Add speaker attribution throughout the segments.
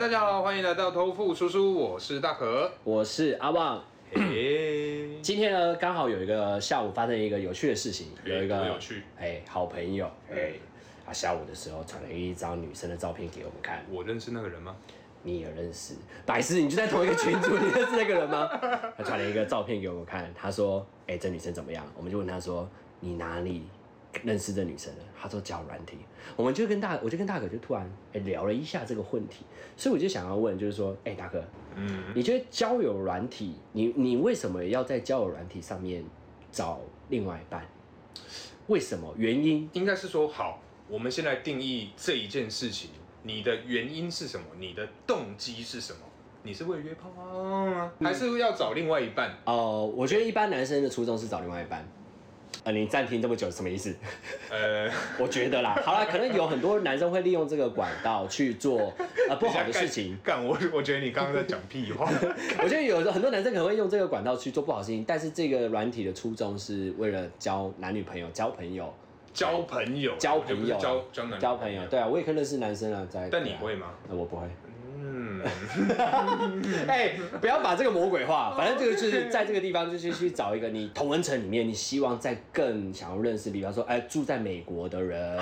Speaker 1: 大家好，欢迎来到偷富叔叔，我是大可。
Speaker 2: 我是阿旺。
Speaker 1: 嘿，
Speaker 2: 今天呢，刚好有一个下午发生一个有趣的事情，
Speaker 1: 哎
Speaker 2: 有一
Speaker 1: 多
Speaker 2: 个
Speaker 1: 有趣
Speaker 2: 哎好朋友哎
Speaker 1: 嗯，
Speaker 2: 啊下午的时候传了一张女生的照片给我们看，
Speaker 1: 我认识那个人吗？
Speaker 2: 你也认识，百思你就在同一个群组，你认识那个人吗？ 他传了一个照片给我们看，他说哎、这女生怎么样？我们就问他说你哪里？认识这女生了，他说脚软体，我们就跟大，我就跟大可就突然哎、聊了一下这个问题，所以我就想要问，就是说，哎、大可，
Speaker 1: 嗯，
Speaker 2: 你觉得交友软体，你你为什么要在交友软体上面找另外一半？为什么？原因？
Speaker 1: 应该是说好，我们先来定义这一件事情，你的原因是什么？你的动机是什么？你是为了约炮吗？还是要找另外一半？
Speaker 2: 哦、我觉得一般男生的初衷是找另外一半。呃，你暂停这么久什么意思？
Speaker 1: 呃，
Speaker 2: 我觉得啦，好啦，可能有很多男生会利用这个管道去做呃不好的事情。
Speaker 1: 干我，我觉得你刚刚在讲屁话。
Speaker 2: 我觉得有很多男生可能会用这个管道去做不好的事情，但是这个软体的初衷是为了交男女朋友、交朋友、
Speaker 1: 交朋友，
Speaker 2: 交
Speaker 1: 我觉得
Speaker 2: 朋
Speaker 1: 不是
Speaker 2: 友、
Speaker 1: 交交男女
Speaker 2: 交朋友。对啊，我也可以认识男生啊，在。
Speaker 1: 但你
Speaker 2: 对啊
Speaker 1: 会吗？
Speaker 2: 呃我不会。
Speaker 1: 嗯，
Speaker 2: 哎、不要把这个魔鬼化，反正这个就是在这个地方，就是去找一个你同文层里面，你希望在更想要认识，比方说，哎、住在美国的人，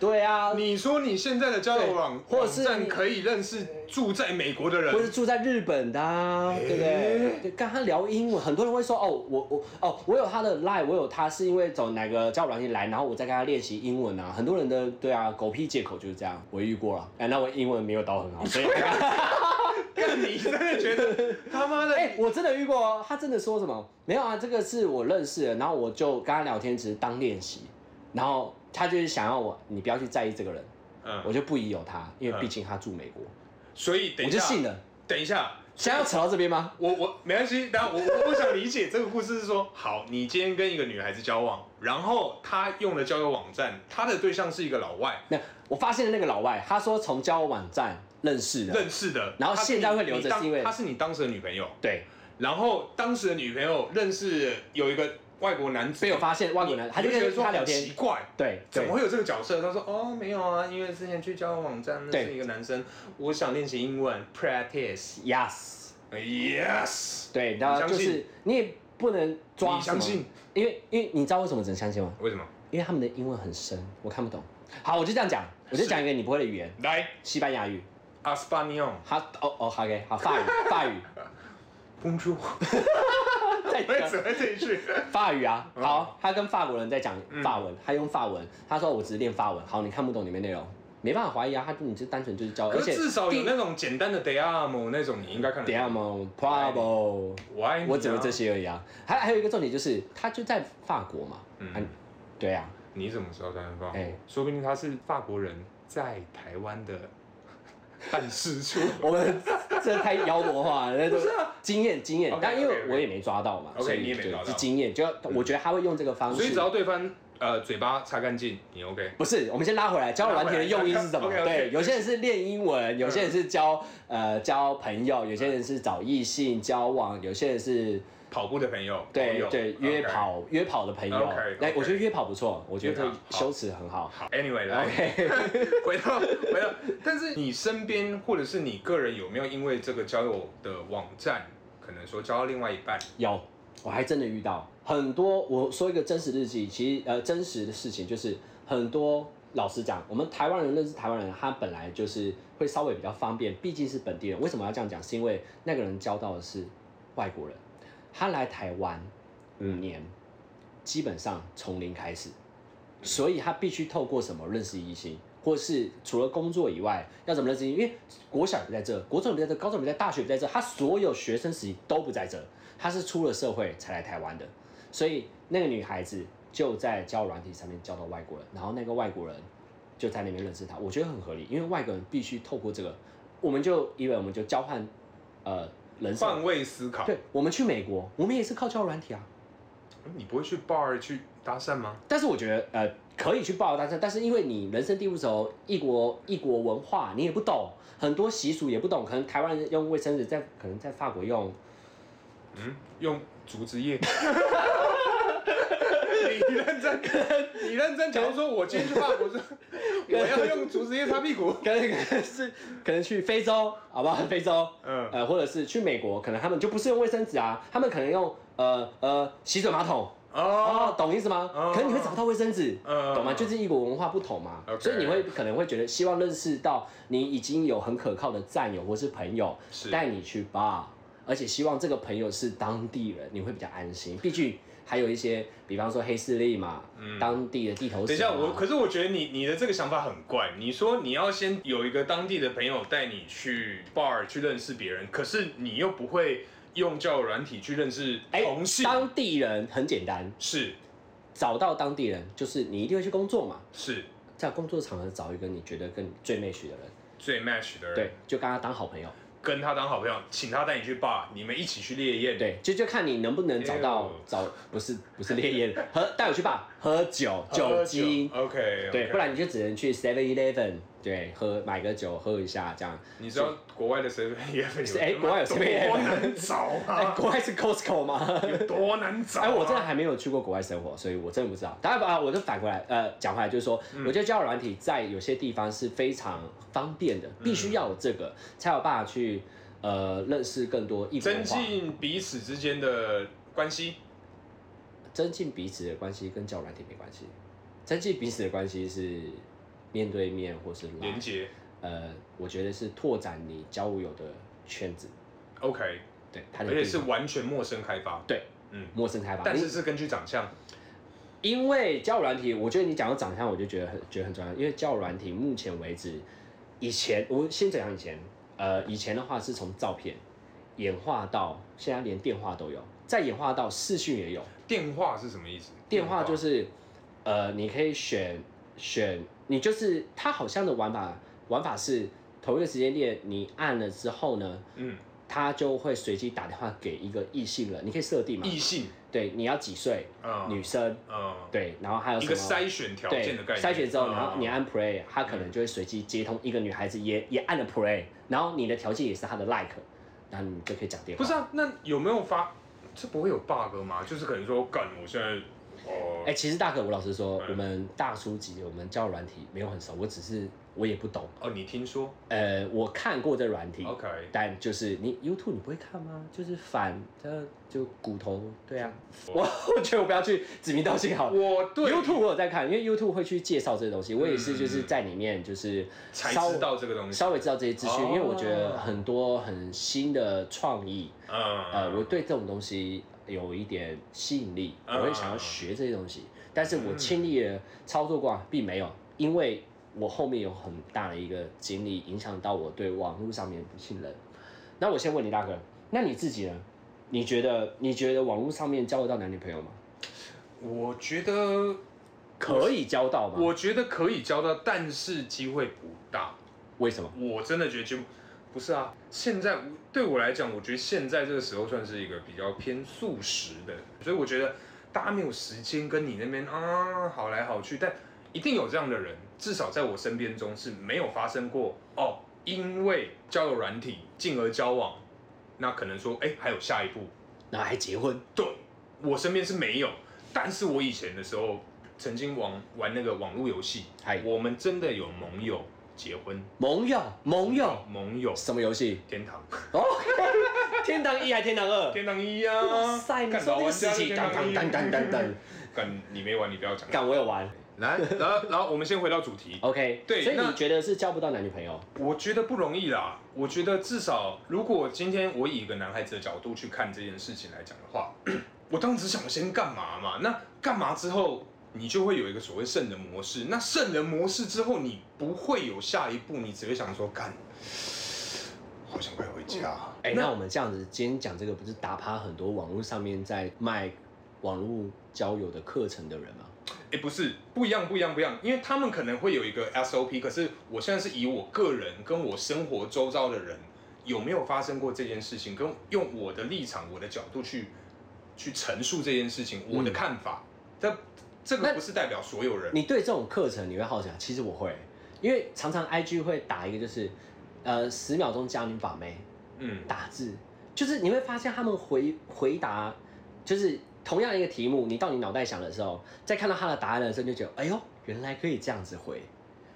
Speaker 2: 对啊，
Speaker 1: 你说你现在的交友网
Speaker 2: 对或者是
Speaker 1: 网站
Speaker 2: 你
Speaker 1: 可以认识住在美国的人，
Speaker 2: 或是住在日本的、啊，对不对？对跟他聊英文，很多人会说，哦，我我哦，我有他的 line，我有他是因为走哪个交友软件来，然后我再跟他练习英文啊，很多人的对啊，狗屁借口就是这样，我遇过了，哎、那我英文没有到很好，所以。
Speaker 1: 干你真的觉得他妈的？
Speaker 2: 哎、我真的遇过哦，他真的说什么没有啊？这个是我认识的，然后我就跟他聊天，只是当练习。然后他就是想要我，你不要去在意这个人，我
Speaker 1: 嗯，
Speaker 2: 就不疑有他，因
Speaker 1: 嗯
Speaker 2: 为毕竟他住美国，
Speaker 1: 所以等
Speaker 2: 我
Speaker 1: 一
Speaker 2: 就
Speaker 1: 下，
Speaker 2: 信了。
Speaker 1: 等一下，
Speaker 2: 现在要扯到这边吗？
Speaker 1: 我我没关系，但我我我想理解这个故事是说，好，你今天跟一个女孩子交往，然后她用了交友网站，她的对象是一个老外
Speaker 2: 那我发现了那个老外，他说从交友网站认识的，
Speaker 1: 认识的，
Speaker 2: 然后
Speaker 1: 她是
Speaker 2: 现在会留
Speaker 1: 你
Speaker 2: 着
Speaker 1: 当
Speaker 2: 是因为
Speaker 1: 她是你当时的女朋友，
Speaker 2: 对，
Speaker 1: 然后当时的女朋友认识有一个外国男子，
Speaker 2: 被我发现外国人，他就
Speaker 1: 你会觉得
Speaker 2: 跟
Speaker 1: 说
Speaker 2: 他聊
Speaker 1: 很奇
Speaker 2: 天，
Speaker 1: 怪，
Speaker 2: 对，
Speaker 1: 怎
Speaker 2: 对
Speaker 1: 么会有这个角色？他说：“哦，没有啊，因为之前去交友网站认识
Speaker 2: 对
Speaker 1: 一个男生，我想练习英文，practice。
Speaker 2: ？Yes，”
Speaker 1: Yes，
Speaker 2: 对，然后
Speaker 1: 你相
Speaker 2: 就
Speaker 1: 信
Speaker 2: 是你也不能抓
Speaker 1: 你
Speaker 2: 什
Speaker 1: 相
Speaker 2: 么
Speaker 1: 信，
Speaker 2: 因为因为你知道为什么只能相信吗？
Speaker 1: 为什么？
Speaker 2: 因为他们的英文很深，我看不懂。好，我就这样讲，我就讲一个你不会的语言，
Speaker 1: 来
Speaker 2: 西班牙语。
Speaker 1: 阿斯巴尼 n
Speaker 2: 好，哦哦，好，OK，好， 法语，法语，
Speaker 1: 公 主，
Speaker 2: 再
Speaker 1: 我也只
Speaker 2: 讲
Speaker 1: 会这一 句。
Speaker 2: 法语啊。好，他跟法国人在讲法文，他用法文，他说我只是练法文。好，你看不懂里面内容，没办法怀疑啊，他你就单纯就是教，而
Speaker 1: 可
Speaker 2: 且
Speaker 1: 是至少有
Speaker 2: 第
Speaker 1: 那种简单的 d e a m 那种，你应该看得
Speaker 2: 等
Speaker 1: 懂。
Speaker 2: 下嘛 p r o b l e
Speaker 1: 我爱你啊
Speaker 2: 我只会这。些而已啊。还还有一个重点就是，他就在法国嘛，
Speaker 1: 嗯
Speaker 2: 啊，对啊，
Speaker 1: 你怎么知道他是法国
Speaker 2: 哎？
Speaker 1: 说不定他是法国人在台湾的办事 处。
Speaker 2: 我们这太妖魔化了，那种经验经验
Speaker 1: 啊 OK，，
Speaker 2: 但因
Speaker 1: OK，OK
Speaker 2: 为我也没抓到嘛
Speaker 1: OK，
Speaker 2: 所以
Speaker 1: 你也没
Speaker 2: 对
Speaker 1: 抓到
Speaker 2: 是经验，就要我觉得他会用这个方式。
Speaker 1: 所以只要对方呃嘴巴擦干净，你 OK。
Speaker 2: 不是，我们先拉回来，交友软体的用意是什 么？
Speaker 1: OK，OK 嗯
Speaker 2: 对，有些人是练英文，有些人是交呃交朋友，有些人是找异性交往，有些人是
Speaker 1: 跑步的朋友，朋
Speaker 2: 对
Speaker 1: 友
Speaker 2: 对
Speaker 1: OK
Speaker 2: 约跑约跑的朋友哎
Speaker 1: OK，OK。
Speaker 2: 来，我觉得约跑不错，我觉
Speaker 1: 约
Speaker 2: 得
Speaker 1: 跑好
Speaker 2: 修辞很好。
Speaker 1: 好，Anyway，来
Speaker 2: OK，
Speaker 1: 回到回到，但是你身边或者是你个人有没有因为这个交友的网站，可能说交到另外一半？
Speaker 2: 有，我还真的遇到很多。我说一个真实日记，其实呃真实的事情就是很多。老实讲，我们台湾人认识台湾人，他本来就是会稍微比较方便，毕竟是本地人。为什么要这样讲？是因为那个人交到的是外国人，他来台湾五年，基本上从零开始，所以他必须透过什么认识异性，或是除了工作以外，要怎么认识异性？因为国小也不在这，国中也不在这，高中也不在，大学也不在这，他所有学生时期都不在这，他是出了社会才来台湾的，所以那个女孩子就在交友软体上面交到外国人，然后那个外国人就在那边认识他，我觉得很合理，因为外国人必须透过这个，我们就以为我们就交换，呃，人生
Speaker 1: 换位思考，
Speaker 2: 对，我们去美国，我们也是靠交友软体啊。
Speaker 1: 你不会去 bar 去搭讪吗？
Speaker 2: 但是我觉得，呃，可以去报友单身，但是因为你人生地不熟，异国异国文化你也不懂，很多习俗也不懂，可能台湾人用卫生纸，在可能在法国用，
Speaker 1: 嗯，用竹子叶。 你认真，你认真。假如说我今天去法国是，我要用竹子叶擦屁股。
Speaker 2: 可能可能是可能去非洲，好不好？ 非洲，
Speaker 1: 嗯
Speaker 2: 呃，或者是去美国，可能他们就不是用卫生纸啊，他们可能用呃呃洗水马桶。哦，
Speaker 1: 哦，
Speaker 2: 懂意思吗？
Speaker 1: 哦
Speaker 2: 可能你会找不到卫生纸，
Speaker 1: 嗯
Speaker 2: 懂吗？就是异国文化不同嘛
Speaker 1: OK
Speaker 2: 所以你会可能会觉得希望认识到你已经有很可靠的战友或是朋友
Speaker 1: 是
Speaker 2: 带你去 bar，而且希望这个朋友是当地人，你会比较安心。毕竟还有一些，比方说黑势力嘛，当地的地
Speaker 1: 嗯
Speaker 2: 头蛇嘛。
Speaker 1: 等一下，我可是我觉得你你的这个想法很怪。你说你要先有一个当地的朋友带你去 bar 去认识别人，可是你又不会用交友软体去认识
Speaker 2: 哎
Speaker 1: 同性，
Speaker 2: 当地人很简单，
Speaker 1: 是
Speaker 2: 找到当地人就是你一定会去工作嘛，
Speaker 1: 是
Speaker 2: 在工作场合找一个你觉得跟你最 match 的人，
Speaker 1: 最 match 的人，
Speaker 2: 对，，就跟他当好朋友。
Speaker 1: 跟他当好朋友，请他带你去 bar，你们一起去烈焰，，
Speaker 2: 对，就就看你能不能找
Speaker 1: 哎
Speaker 2: 到
Speaker 1: 呦
Speaker 2: 找不是不是烈焰， 喝带我去吧，喝酒
Speaker 1: 啊
Speaker 2: 酒精，
Speaker 1: ，OK，
Speaker 2: 对，不然你就只能去 Seven Eleven，对，喝买个酒喝一下这样。
Speaker 1: 你知道国外的 seven eleven
Speaker 2: 哎国外有 7-Eleven
Speaker 1: 多难找
Speaker 2: 哎、
Speaker 1: 啊，
Speaker 2: 国外是 Costco 吗？
Speaker 1: 有多难找、啊？
Speaker 2: 哎，我真的还没有去过国外生活，所以我真的不知道。当然啊，我就反过来，呃，讲回来就是说，
Speaker 1: 嗯
Speaker 2: 我觉得交友软体在有些地方是非常方便
Speaker 1: 嗯
Speaker 2: 的，必须要有这个，才有办法去呃认识更多异国
Speaker 1: 增
Speaker 2: 文化，
Speaker 1: 进彼此之间的关系。
Speaker 2: 增进彼此的关系跟交友软体没关系，增进彼此的关系是面对面或是 Line
Speaker 1: 连接
Speaker 2: 呃，我觉得是拓展你交友的圈子，
Speaker 1: ，OK，
Speaker 2: 对，它
Speaker 1: 而
Speaker 2: 的
Speaker 1: 且
Speaker 2: 定
Speaker 1: 是
Speaker 2: 义
Speaker 1: 完全陌生开发，
Speaker 2: 对，
Speaker 1: 嗯，
Speaker 2: 陌生开发，
Speaker 1: 但是是根据长相，
Speaker 2: 因为交友软体，我觉得你讲到长相，我就觉得很觉得很重要。因为交友软体目前为止，呃以前我先讲以前，呃，以前的话是从照片演化到现在连电话都有，再演化到视讯也有。
Speaker 1: 电话是什么意思？
Speaker 2: 电话就是，呃，你可以选选，你就是它好像的玩法玩法是同一个时间点，你按了之后呢，
Speaker 1: 嗯，
Speaker 2: 它就会随机打电话给一个异性人，你可以设定嘛？
Speaker 1: 异性，
Speaker 2: 对，你要几岁？
Speaker 1: 嗯，
Speaker 2: 嗯女生。
Speaker 1: 嗯，
Speaker 2: 对，然后还有
Speaker 1: 一
Speaker 2: 什
Speaker 1: 个
Speaker 2: 么？
Speaker 1: 筛选条
Speaker 2: 对，
Speaker 1: 件的概念，
Speaker 2: 筛选之后，然后
Speaker 1: 嗯
Speaker 2: 你按 play，他可能就会随机接通一个女孩子也，也按了 play，然后你的条件也是她的 like，然后你就可以讲电话。
Speaker 1: 不是啊？那有没有发？这不会有 bug 吗？就是可能说，干，我现在，哦
Speaker 2: 哎、，其实大可，我老实说，
Speaker 1: 嗯
Speaker 2: 我们大叔级，我们教软体没有很熟，我只是我也不懂，
Speaker 1: 哦，你听说
Speaker 2: 呃，我看过这软体。
Speaker 1: ？OK，
Speaker 2: 但就是你 YouTube 你不会看吗？就是反呃就骨头，对啊，我 我觉得我不要去指名道姓好了。
Speaker 1: 我对
Speaker 2: YouTube 我有在看，因为 YouTube 会去介绍这些东西，我也是就是
Speaker 1: 嗯
Speaker 2: 在里面就是
Speaker 1: 才
Speaker 2: 稍
Speaker 1: 知道这个东西，
Speaker 2: 稍微知道这些资讯，
Speaker 1: 哦
Speaker 2: 因为我觉得很多很新的创意，
Speaker 1: 嗯，
Speaker 2: 呃，我对这种东西有一点吸引力，
Speaker 1: 嗯
Speaker 2: 我会想要学这些东西，但是我亲历的操作过啊并没有，因为我后面有很大的一个经历影响到我对网络上面的不信任。那我先问你大哥，那你自己呢？你觉得你觉得网络上面交得到男女朋友吗？
Speaker 1: 我觉得，
Speaker 2: 可以交到吗？
Speaker 1: 我觉得可以交到，但是机会不大。
Speaker 2: 为什么？
Speaker 1: 我真的觉得就不是啊。现在对我来讲，我觉得现在这个时候算是一个比较偏素食的，所以我觉得大家没有时间跟你那边啊好来好去，但一定有这样的人，至少在我身边中是没有发生过哦，因为交友软体进而交往，那可能说哎还有下一步，
Speaker 2: 然后还结婚？
Speaker 1: 对，我身边是没有，但是我以前的时候曾经玩玩那个网络游戏哎
Speaker 2: 嗨，
Speaker 1: 我们真的有盟友结婚，
Speaker 2: 盟友，盟友，
Speaker 1: 盟友
Speaker 2: 什么游戏？
Speaker 1: 天堂，
Speaker 2: 哦， 天堂一还天堂 二？
Speaker 1: 天堂一啊！
Speaker 2: 哇塞，你
Speaker 1: 干
Speaker 2: 说
Speaker 1: 老
Speaker 2: 那
Speaker 1: 玩
Speaker 2: 个时
Speaker 1: 家
Speaker 2: 期，
Speaker 1: 天
Speaker 2: 当
Speaker 1: 堂
Speaker 2: 当
Speaker 1: 一啊
Speaker 2: 当当当当，
Speaker 1: 干你没玩，你不要讲。
Speaker 2: 干我有玩
Speaker 1: 来，然后然后我们先回到主题，
Speaker 2: ，OK，
Speaker 1: 对
Speaker 2: 所以
Speaker 1: 那
Speaker 2: 你觉得是交不到男女朋友？
Speaker 1: 我觉得不容易啦。我觉得至少如果今天我以一个男孩子的角度去看这件事情来讲的话， 我当时想先干嘛嘛？那干嘛之后？你就会有一个所谓圣人模式，那圣人模式之后，你不会有下一步，你只会想说，干，好想快回家。
Speaker 2: 哎，那我们这样子，今天讲这个不是打趴很多网络上面在卖网络交友的课程的人吗？
Speaker 1: 哎，不是，不一样，不一样，不一样，因为他们可能会有一个 SOP，可是我现在是以我个人跟我生活周遭的人有没有发生过这件事情，跟用我的立场、我的角度去去陈述这件事情，我的看法，但这个
Speaker 2: 嗯那
Speaker 1: 不是代表所有人。
Speaker 2: 你对这种课程你会好奇啊？其实我会，因为常常 IG 会打一个就是，呃，十秒钟教你把妹，
Speaker 1: 嗯，
Speaker 2: 打字，就是你会发现他们回回答，就是同样一个题目，你到你脑袋想的时候，在看到他的答案的时候，你就觉得，哎呦，原来可以这样子回，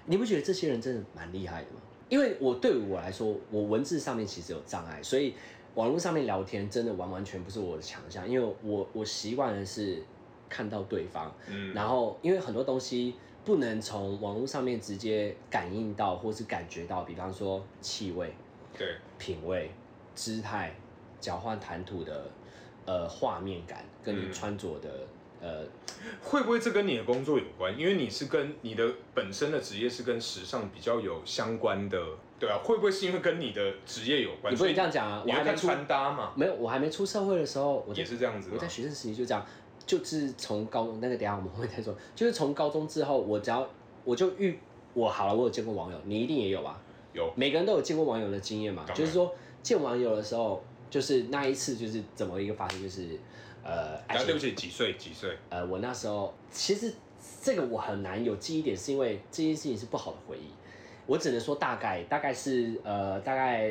Speaker 2: 你不觉得这些人真的蛮厉害的吗？因为我对于我来说，我文字上面其实有障碍，所以网络上面聊天真的完完全不是我的强项，因为我我习惯的是看到对方，
Speaker 1: 嗯，
Speaker 2: 然后因为很多东西不能从网络上面直接感应到或是感觉到，比方说气味、
Speaker 1: 对，
Speaker 2: 品味、姿态、交换谈吐的呃画面感，跟你
Speaker 1: 嗯
Speaker 2: 穿着的、呃
Speaker 1: 会不会这跟你的工作有关？因为你是跟你的本身的职业是跟时尚比较有相关的，对啊，会不会是因为跟你的职业有关？
Speaker 2: 你不能这样讲啊
Speaker 1: 所以，你
Speaker 2: 我还
Speaker 1: 会
Speaker 2: 没
Speaker 1: 看
Speaker 2: 出
Speaker 1: 穿搭嘛，
Speaker 2: 没有，我还没出社会的时候，我在
Speaker 1: 也是这样子吗。
Speaker 2: 我在学生时期就这样，就是从高那个等一下我们会再说，就是从高中之后，我只要我就遇我好了，我有见过网友，你一定也有吧？
Speaker 1: 有，
Speaker 2: 每个人都有见过网友的经验嘛
Speaker 1: 当，然
Speaker 2: 就是说见网友的时候，就是那一次就是怎么一个发生，就是呃，爱
Speaker 1: 然后
Speaker 2: 情
Speaker 1: 对不起，几岁？几岁？
Speaker 2: 呃，我那时候其实这个我很难有记忆点，是因为这件事情是不好的回忆。我只能说大概大概是呃大概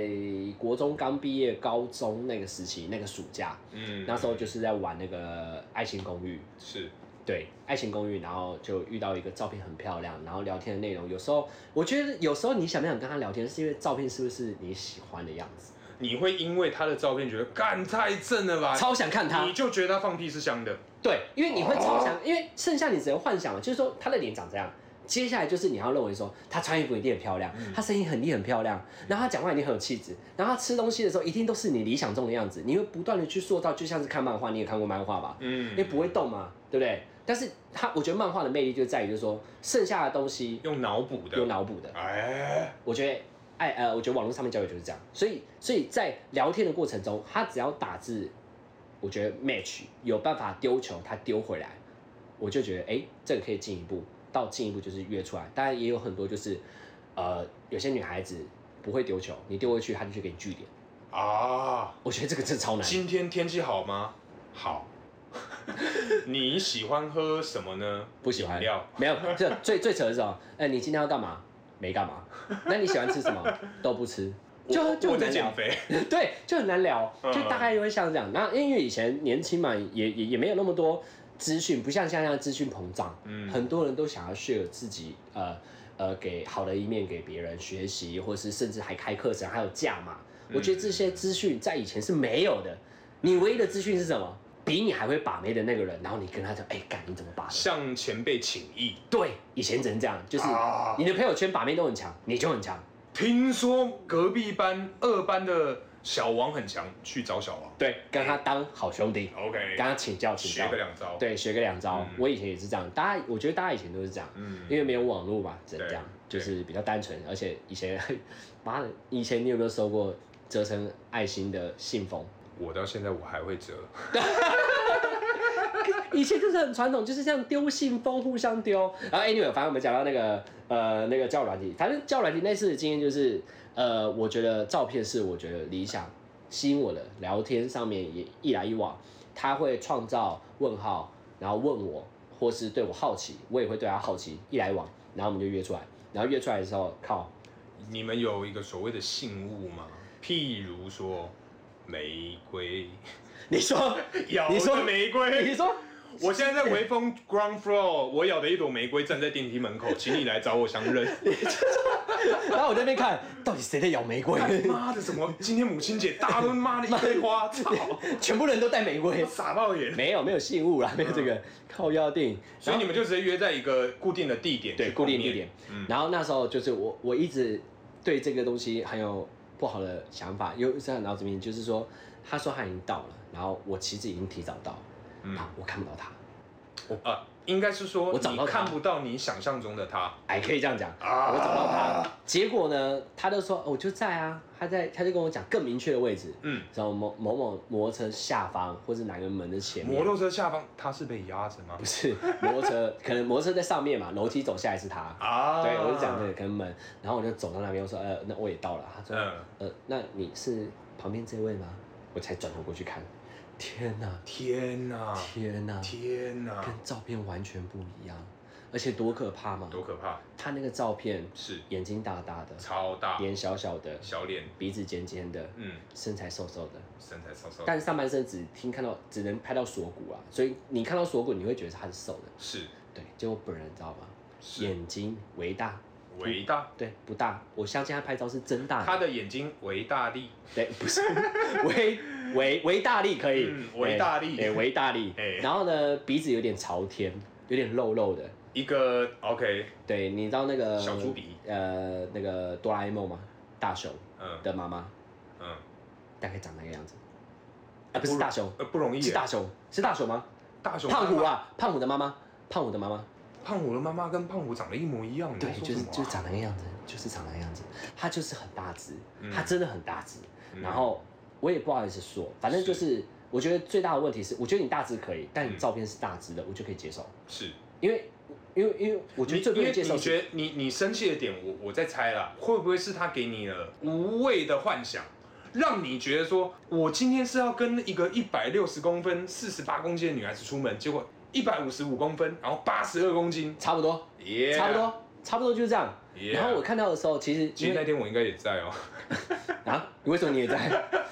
Speaker 2: 国中刚毕业，高中那个时期那个暑假，
Speaker 1: 嗯，
Speaker 2: 那时候就是在玩那个《爱情公寓》，
Speaker 1: 是
Speaker 2: 对，《爱情公寓》，然后就遇到一个照片很漂亮，然后聊天的内容，有时候我觉得有时候你想不想跟他聊天，是因为照片是不是你喜欢的样子，
Speaker 1: 你会因为他的照片觉得干太正了吧？
Speaker 2: 超想看他
Speaker 1: 你，就觉得他放屁是香的，
Speaker 2: 对，因为你会超
Speaker 1: 哦
Speaker 2: 想，因为剩下你只能幻想了，就是说他的脸长这样。接下来就是你要认为说，他穿衣服一定很漂亮，
Speaker 1: 嗯
Speaker 2: 他声音很一很漂亮，然后他讲话一定很有气质，然后他吃东西的时候一定都是你理想中的样子，你会不断的去塑造，就像是看漫画，你也看过漫画吧？
Speaker 1: 嗯，
Speaker 2: 因为不会动嘛，对不对？但是它，我觉得漫画的魅力就在于，就是说剩下的东西
Speaker 1: 用脑补的，
Speaker 2: 有脑补的。
Speaker 1: 哎，
Speaker 2: 我觉得爱呃，我觉得网络上面交友就是这样，所以所以在聊天的过程中，他只要打字，我觉得 match 有办法丢球，他丢回来，我就觉得哎、诶这个可以进一步，到进一步就是约出来。当然也有很多就是呃，有些女孩子不会丢球，你丢回去，她就去给你据点。
Speaker 1: 啊，
Speaker 2: 我觉得这个真的超难。
Speaker 1: 今天天气好吗？好。 你喜欢喝什么呢？
Speaker 2: 不喜欢
Speaker 1: 饮料。
Speaker 2: 没有，这最最扯的是什么？哎、你今天要干嘛？没干嘛。那你喜欢吃什么？都不吃，就
Speaker 1: 我
Speaker 2: 就
Speaker 1: 我
Speaker 2: 很
Speaker 1: 在
Speaker 2: 难聊
Speaker 1: 减。肥。
Speaker 2: 对，就很难聊，
Speaker 1: 嗯
Speaker 2: 就大概就会像这样。那因为以前年轻嘛，也也也没有那么多资讯，不像现在资讯膨胀，
Speaker 1: 嗯，
Speaker 2: 很多人都想要 share 自己呃呃给好的一面给别人学习，或是甚至还开课程，还有价码。我觉得这
Speaker 1: 嗯
Speaker 2: 些资讯在以前是没有的，你唯一的资讯是什么？比你还会把妹的那个人，然后你跟他讲，哎、干你怎么把的？
Speaker 1: 向前辈请益。
Speaker 2: 对，以前只能这样，就是
Speaker 1: 啊
Speaker 2: 你的朋友圈把妹都很强，你就很强。
Speaker 1: 听说隔壁班二班的小王很强，去找小王。
Speaker 2: 对，跟他当好兄弟，
Speaker 1: OK，
Speaker 2: 跟他请教请
Speaker 1: 学
Speaker 2: 教
Speaker 1: 个。两招。，
Speaker 2: 对，学个两招
Speaker 1: 嗯。
Speaker 2: 我以前也是这样，大家我觉得大家以前都是这样，
Speaker 1: 嗯
Speaker 2: 因为没有网络嘛，只能这样，就
Speaker 1: 对
Speaker 2: 是比较单纯。而且以前， 妈的，以前你有没有收过折成爱心的信封？
Speaker 1: 我到现在我还会折。
Speaker 2: 以前就是很传统，就是这样丢信封，互相丢。然后 anyway，反正我们讲到那个呃那个教软体，反正教软体那次的经验就是，呃，我觉得照片是我觉得理想吸引我的，聊天上面也一来一往，他会创造问号，然后问我，或是对我好奇，我也会对他好奇，一来一往，然后我们就约出来，然后约出来的时候，靠，
Speaker 1: 你们有一个所谓的信物吗？譬如说玫瑰，
Speaker 2: 你说，
Speaker 1: 咬
Speaker 2: 你说
Speaker 1: 着玫
Speaker 2: 你
Speaker 1: 瑰。
Speaker 2: 说，
Speaker 1: 我现在在微风 ground floor，我咬的一朵玫瑰站在电梯门口，请你来找我相认。
Speaker 2: 然后我在那边看，到底谁在咬玫瑰？
Speaker 1: 妈的，怎么今天母亲节，大家都妈的一堆花，操，
Speaker 2: 全部人都带玫瑰，
Speaker 1: 傻爆眼。
Speaker 2: 没有没有信物啦，没有这个靠药定，
Speaker 1: 嗯所以你们就直接约在一个固定的地点，
Speaker 2: 对固定地点。。
Speaker 1: 嗯
Speaker 2: 然后那时候就是我我一直对这个东西很有不好的想法，又在脑子里面就是说，他说他已经到了，然后我其实已经提早到了，
Speaker 1: 嗯
Speaker 2: 啊，我看不到他，
Speaker 1: 啊，应该是说
Speaker 2: 我找到
Speaker 1: 你
Speaker 2: 他
Speaker 1: 看不到你想象中的他
Speaker 2: 哎，可以这样讲。
Speaker 1: 啊
Speaker 2: 我找到他，结果呢，他就说、哦我就在啊，他在，他就跟我讲更明确的位置，
Speaker 1: 嗯，
Speaker 2: 然后某某某摩托车下方或是哪个门的前面
Speaker 1: 摩，托车下方他是被压着吗
Speaker 2: 不？是摩托车，可能摩托车在上面嘛，楼梯走下来是他，
Speaker 1: 啊
Speaker 2: 对，我就讲这个跟门，然后我就走到那边，我说呃，那我也到了。他说、
Speaker 1: 嗯
Speaker 2: 呃，那你是旁边这位吗？我才转头过去看，天哪、
Speaker 1: 天哪，
Speaker 2: 天哪、
Speaker 1: 啊天哪，
Speaker 2: 跟照片完全不一样，而且多可怕嘛！
Speaker 1: 多可怕！
Speaker 2: 他那个照片
Speaker 1: 是
Speaker 2: 眼睛大大的，
Speaker 1: 超大
Speaker 2: 脸小小的，
Speaker 1: 小脸，
Speaker 2: 鼻子尖尖的，
Speaker 1: 嗯，
Speaker 2: 身材瘦瘦的，
Speaker 1: 身材瘦瘦，
Speaker 2: 但上半身只听看到只能拍到锁骨啊，所以你看到锁骨你会觉得他是瘦的，
Speaker 1: 是
Speaker 2: 对，结果本人你知道吗？
Speaker 1: 是
Speaker 2: 眼睛为大，
Speaker 1: 为大，
Speaker 2: 对，不大，我相信他拍照是真大的，
Speaker 1: 他的眼睛为大力，
Speaker 2: 对，不是维维维大力可以，
Speaker 1: 嗯维大力
Speaker 2: 哎哎，哎维大力
Speaker 1: 哎，
Speaker 2: 然后呢，鼻子有点朝天，有点肉肉的，
Speaker 1: 一个 OK，
Speaker 2: 对，你知道那个
Speaker 1: 小猪鼻，
Speaker 2: 呃，那个哆啦 A 梦吗？大雄
Speaker 1: 嗯
Speaker 2: 的妈妈
Speaker 1: 嗯，
Speaker 2: 大概长那个样子，啊，不是大雄，
Speaker 1: 呃不容易
Speaker 2: 是
Speaker 1: 耶，
Speaker 2: 大雄，是大雄吗？
Speaker 1: 大熊
Speaker 2: 胖虎，啊，胖虎的妈妈，胖虎的妈妈，
Speaker 1: 胖虎的妈妈跟胖虎长得一模一样，你
Speaker 2: 对
Speaker 1: 在，说
Speaker 2: 就
Speaker 1: 什
Speaker 2: 是
Speaker 1: 么啊
Speaker 2: 就是长那个样子，就是长那个样子，他就是很大只，
Speaker 1: 嗯
Speaker 2: 他真的很大只。
Speaker 1: 嗯
Speaker 2: 然后我也不好意思说，反正就是我觉得最大的问题是，我觉得你大只可以，但你
Speaker 1: 嗯
Speaker 2: 照片是大只的，我就可以接受，
Speaker 1: 是，
Speaker 2: 因为因为因为我觉得
Speaker 1: 你
Speaker 2: 最不
Speaker 1: 因为
Speaker 2: 能接受
Speaker 1: 你
Speaker 2: 是，
Speaker 1: 觉得你你生气的点，我我在猜啦，会不会是他给你了无谓的幻想，让你觉得说我今天是要跟一个一百六十公分、四十八公斤的女孩子出门，结果一百五十五公分，然后八十二公斤，
Speaker 2: 差不多，
Speaker 1: 耶、
Speaker 2: 差不。多，差不多就是这样。
Speaker 1: Yeah
Speaker 2: 然后我看到的时候，其实
Speaker 1: 其
Speaker 2: 因
Speaker 1: 实那
Speaker 2: 为
Speaker 1: 天我应该也在哦，
Speaker 2: 啊，为什么你也在？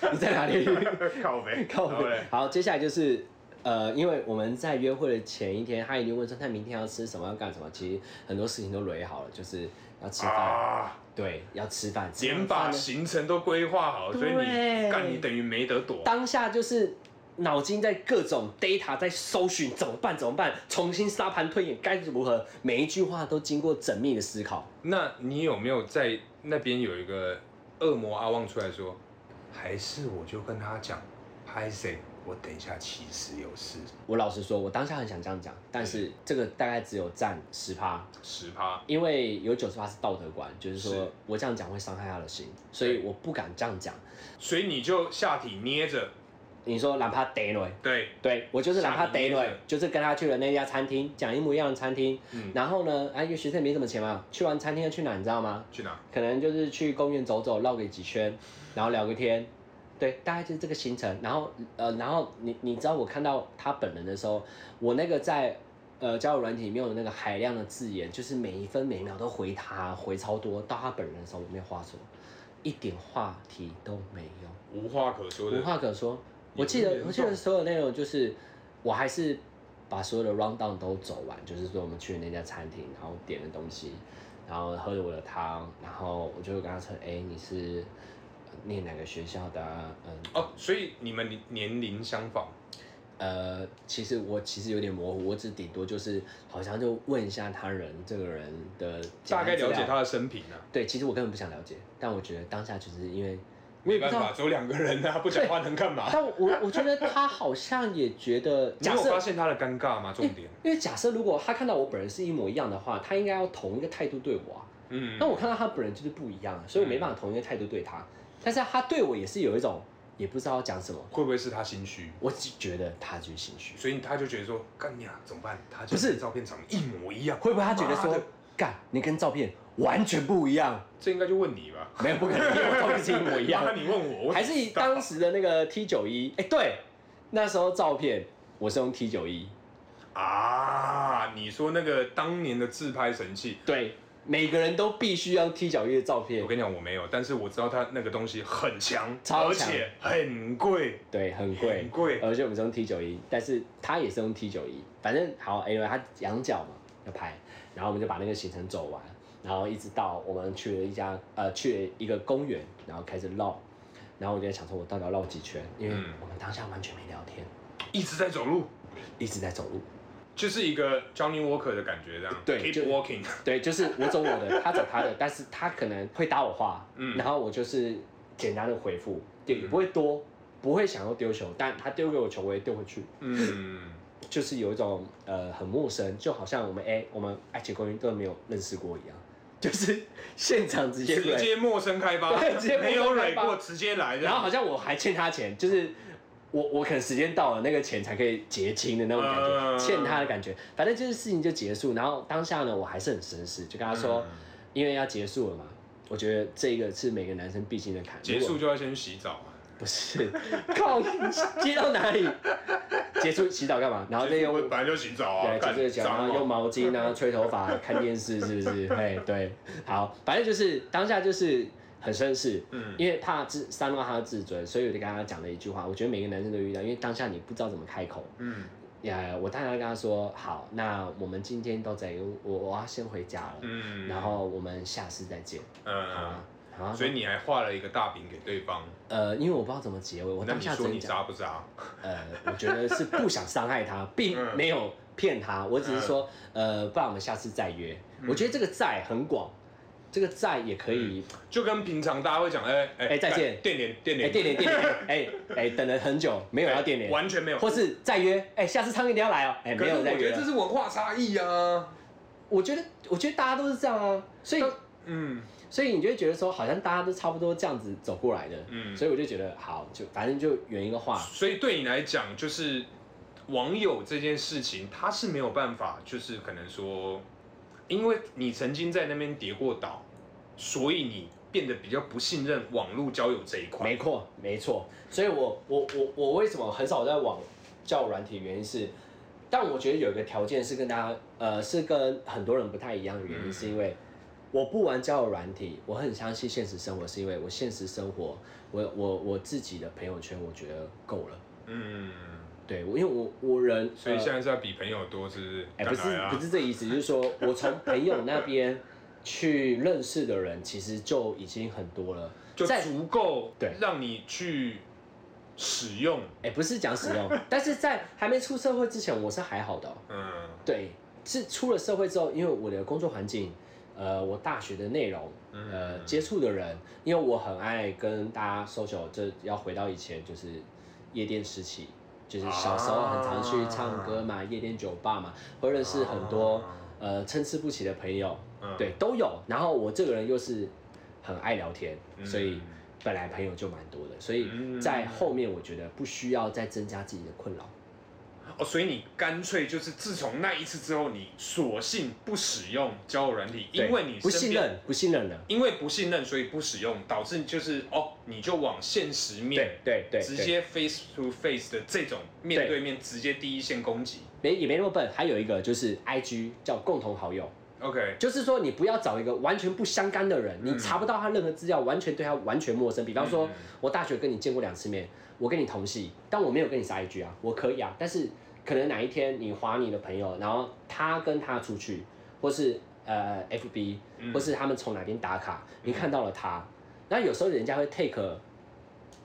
Speaker 2: 你在哪里？
Speaker 1: 靠呗
Speaker 2: 靠
Speaker 1: 然后
Speaker 2: 北
Speaker 1: 嘞
Speaker 2: 好，接下来就是呃，因为我们在约会的前一天，他一定问说他明天要吃什么，要干什么。其实很多事情都垒好了，就是要吃饭，
Speaker 1: 啊，
Speaker 2: 对，要吃饭，吃
Speaker 1: 连
Speaker 2: 完
Speaker 1: 把
Speaker 2: 饭呢
Speaker 1: 行程都规划好，所以
Speaker 2: 对
Speaker 1: 你干你等于没得躲。
Speaker 2: 当下就是脑筋在各种 data 在搜寻，怎么办？怎么办？重新沙盘推演该如何？每一句话都经过缜密的思考。
Speaker 1: 那你有没有在那边有一个恶魔阿旺出来说，还是我就跟他讲，拍谁？我等一下其实有事，
Speaker 2: 我老实说，我当下很想这样讲，但
Speaker 1: 嗯
Speaker 2: 是这个大概只有占十趴，
Speaker 1: 十趴。
Speaker 2: 因为有九十趴是道德观，就是说
Speaker 1: 是
Speaker 2: 我这样讲会伤害他的心，所以我不敢这样讲。
Speaker 1: 所以你就下体捏着，
Speaker 2: 你说哪怕逮了，
Speaker 1: 对，
Speaker 2: 对我就是哪怕逮
Speaker 1: 下
Speaker 2: 了
Speaker 1: 面那个，
Speaker 2: 就是跟他去了那家餐厅，讲一模一样的餐厅，
Speaker 1: 嗯，
Speaker 2: 然后呢，啊，因为学生也没什么钱嘛，去完餐厅要去哪，你知道吗？
Speaker 1: 去哪？
Speaker 2: 可能就是去公园走走，绕个几圈，然后聊个天，对，大概就是这个行程。然后呃，然后你你知道我看到他本人的时候，我那个在呃交友软体里面有那个海量的字眼，就是每一分每秒都回他，回超多。到他本人的时候，我没有话说，一点话题都没有，
Speaker 1: 无话可说的
Speaker 2: 无，话可说。我
Speaker 1: 也
Speaker 2: 记
Speaker 1: 不
Speaker 2: 得
Speaker 1: 严
Speaker 2: 我记得
Speaker 1: 重
Speaker 2: 所有内容就是，我还是把所有的 round down 都走完，就是说我们去那家餐厅，然后点了东西，然后喝了我的汤，然后我就跟他说，哎、你是呃念哪个学校的、啊？嗯，
Speaker 1: 哦，所以你们年年龄相仿，
Speaker 2: 呃，其实我其实有点模糊，我只顶多就是好像就问一下他人这个人的简
Speaker 1: 大
Speaker 2: 单
Speaker 1: 概
Speaker 2: 资料
Speaker 1: 了解他。的生平啊，
Speaker 2: 对，其实我根本不想了解，但我觉得当下就是因为我
Speaker 1: 没
Speaker 2: 也不
Speaker 1: 办
Speaker 2: 知道
Speaker 1: 法，，只有两个人 啊，不讲话能干嘛？
Speaker 2: 但我我觉得他好像也觉得，
Speaker 1: 你
Speaker 2: 假
Speaker 1: 有
Speaker 2: 设
Speaker 1: 发现他的尴尬吗？重点，
Speaker 2: 因为假设如果他看到我本人是一模一样的话，他应该要同一个态度对我啊。
Speaker 1: 嗯
Speaker 2: 那、，我看到他本人就是不一样啊，所以我没办法同一个态度对他。但是他对我也是有一种也不知道要讲什么，
Speaker 1: 会不会是他心虚？
Speaker 2: 我只觉得他就是心虚，
Speaker 1: 所以他就觉得说，干你啊，怎么办？他就
Speaker 2: 不是
Speaker 1: 照片长得一模一样，
Speaker 2: 会不会他觉得
Speaker 1: 妈
Speaker 2: 说
Speaker 1: 的，
Speaker 2: 干你跟照片完全不一样？
Speaker 1: 这应该就问你吧。
Speaker 2: 没有不可能，因为我照片是一模一样
Speaker 1: 妈。你问 我，我
Speaker 2: 还是以当时的那个 T 九一，哎，对，那时候照片我是用 T 九一，
Speaker 1: 啊，你说那个当年的自拍神器，
Speaker 2: 对，每个人都必须要 T 九一的照片
Speaker 1: 我，跟你讲我没有，但是我知道它那个东西很强，
Speaker 2: 超
Speaker 1: 而
Speaker 2: 强
Speaker 1: 且很贵，
Speaker 2: 对，很贵
Speaker 1: 很，贵。
Speaker 2: 而且我们是用 T 九一，但是他也是用 T 九一，反正好，anyway，他仰角嘛要拍，然后我们就把那个行程走完，然后一直到我们去了一家呃去了一个公园，然后开始绕，然后我就在想说，我到底要绕几圈？因为
Speaker 1: 嗯
Speaker 2: 我们当下完全没聊天，
Speaker 1: 一直在走路，
Speaker 2: 一直在走路，
Speaker 1: 就是一个 Johnny Walker 的感觉，这样。
Speaker 2: 对就
Speaker 1: ，Keep Walking。
Speaker 2: 对，就是我走我的，他走他的，但是他可能会搭我话，
Speaker 1: 嗯
Speaker 2: 然后我就是简单的回复，也
Speaker 1: 嗯
Speaker 2: 不会多，不会想要丢球，但他丢给我球，我也丢回去。
Speaker 1: 嗯，
Speaker 2: 就是有一种呃很陌生，就好像我们哎、我们爱情公寓都没有认识过一样， 就是现场直接
Speaker 1: 直
Speaker 2: 对，
Speaker 1: 接陌生开发
Speaker 2: 对直接，陌
Speaker 1: 没
Speaker 2: 生
Speaker 1: 有
Speaker 2: 开
Speaker 1: 蕊
Speaker 2: 发
Speaker 1: 过，直接来的。
Speaker 2: 然后好像我还欠他钱，就是我我可能时间到了，那个钱才可以结清的那种感觉，
Speaker 1: 嗯
Speaker 2: 欠他的感觉，反正就是事情就结束，然后当下呢我还是很绅士，就跟他说，
Speaker 1: 嗯
Speaker 2: 因为要结束了嘛，我觉得这个是每个男生必经的坎，
Speaker 1: 结
Speaker 2: 如果
Speaker 1: 束就要先去洗澡，
Speaker 2: 不是 靠接到哪里，结束洗澡干嘛，然后再
Speaker 1: 结束
Speaker 2: 用
Speaker 1: 我本来就洗澡啊，
Speaker 2: 对，就
Speaker 1: 干
Speaker 2: 这个讲，然
Speaker 1: 脏
Speaker 2: 后
Speaker 1: 哦
Speaker 2: 用毛 巾啊，吹头发，看电视，是不是？哎，对，好，反正就是当下就是很绅士，
Speaker 1: 嗯
Speaker 2: 因为怕自伤到他的自尊，所以我就跟他讲了一句话，我觉得每个男生都遇到，因为当下你不知道怎么开口，
Speaker 1: 嗯
Speaker 2: 呀，我当然跟他说好，那我们今天都在，我我要先回家了，
Speaker 1: 嗯，
Speaker 2: 然后我们下次再见，好
Speaker 1: 嗯
Speaker 2: 吗，？然后他
Speaker 1: 所以
Speaker 2: 说
Speaker 1: 你还画了一个大饼给对方，
Speaker 2: 呃，因为我不知道怎么结尾，我
Speaker 1: 那
Speaker 2: 当
Speaker 1: 你
Speaker 2: 下
Speaker 1: 说
Speaker 2: 真
Speaker 1: 你
Speaker 2: 讲，
Speaker 1: 渣不渣？
Speaker 2: 呃，我觉得是不想伤害他，并
Speaker 1: 嗯
Speaker 2: 没有骗他，我只是说，呃，不然我们下次再约。
Speaker 1: 嗯
Speaker 2: 我觉得这个再很广，这个再也可以，
Speaker 1: 就跟平常大家会讲，哎哎
Speaker 2: 哎再见
Speaker 1: 干电联电
Speaker 2: 哎，
Speaker 1: 联
Speaker 2: 电联电联，哎哎，等了很久没有要电联，
Speaker 1: 哎完全没有。
Speaker 2: 或是再约，哎、下次唱一定要来哦、哎、
Speaker 1: 可
Speaker 2: 没
Speaker 1: 是
Speaker 2: 有再
Speaker 1: 我觉
Speaker 2: 约
Speaker 1: 得这
Speaker 2: 了。
Speaker 1: 是文化差异啊，
Speaker 2: 我觉得，我觉得大家都是这样啊，所以，
Speaker 1: 嗯
Speaker 2: 所以你就会觉得说，好像大家都差不多这样子走过来的，
Speaker 1: 嗯，
Speaker 2: 所以我就觉得好，就反正就圆一个话，
Speaker 1: 所以对你来讲，就是网友这件事情，他是没有办法，就是可能说，因为你曾经在那边跌过倒，所以你变得比较不信任网络交友这一块。
Speaker 2: 没错，没错。所以我，我，我，我为什么很少在网教软体，原因是，但我觉得有一个条件是跟大家，呃，是跟很多人不太一样的原因，
Speaker 1: 嗯
Speaker 2: 是因为。我不玩交友软体，我很相信现实生活，是因为我现实生活，我我我自己的朋友圈，我觉得够了。
Speaker 1: 嗯，
Speaker 2: 对，我因为我我人，
Speaker 1: 所以
Speaker 2: 呃
Speaker 1: 现在是要比朋友多，是不是？
Speaker 2: 哎、
Speaker 1: 当
Speaker 2: 不
Speaker 1: 然
Speaker 2: 是
Speaker 1: 啊
Speaker 2: 不是这意思，就是说我从朋友那边去认识的人，其实就已经很多了。
Speaker 1: 就
Speaker 2: 在
Speaker 1: 足够
Speaker 2: 对
Speaker 1: 让你去使用。
Speaker 2: 哎、不是讲使用，但是在还没出社会之前，我是还好的哦、
Speaker 1: 嗯
Speaker 2: 对，是出了社会之后，因为我的工作环境，呃，我大学的内容，
Speaker 1: 嗯
Speaker 2: 呃，接触的人，因为我很爱跟大家 social，这要回到以前就是夜店时期，就是小时候很常去唱歌嘛，夜店酒吧嘛，会认识很多
Speaker 1: 啊
Speaker 2: 呃参差不齐的朋友，
Speaker 1: 嗯
Speaker 2: 对，都有。然后我这个人又是很爱聊天，
Speaker 1: 嗯
Speaker 2: 所以本来朋友就蛮多的，所以
Speaker 1: 嗯
Speaker 2: 在后面我觉得不需要再增加自己的困扰。
Speaker 1: 哦，所以你干脆就是自从那一次之后，你索性不使用交友软体，
Speaker 2: 对
Speaker 1: 因为你
Speaker 2: 不
Speaker 1: 身
Speaker 2: 信
Speaker 1: 边，
Speaker 2: 任，不信任了。
Speaker 1: 因为不信任，所以不使用，导致就是哦，你就往现实
Speaker 2: 对
Speaker 1: 面
Speaker 2: 对对，
Speaker 1: 直
Speaker 2: 对
Speaker 1: 接 face to face 的这种面
Speaker 2: 对
Speaker 1: 对面直接第一线攻击。
Speaker 2: 没也没那么笨。还有一个就是 I G 叫共同好友，
Speaker 1: OK，
Speaker 2: 就是说你不要找一个完全不相干的人，
Speaker 1: 嗯
Speaker 2: 你查不到他任何资料，完全对他完全陌生。比方说，
Speaker 1: 嗯
Speaker 2: 我大学跟你见过两次面，我跟你同系，但我没有跟你是 I G 啊，我可以啊，但是可能哪一天你划你的朋友，然后他跟他出去，或是呃 F B，
Speaker 1: 嗯
Speaker 2: 或是他们从哪边打卡，你看到了他，那有时候人家会 take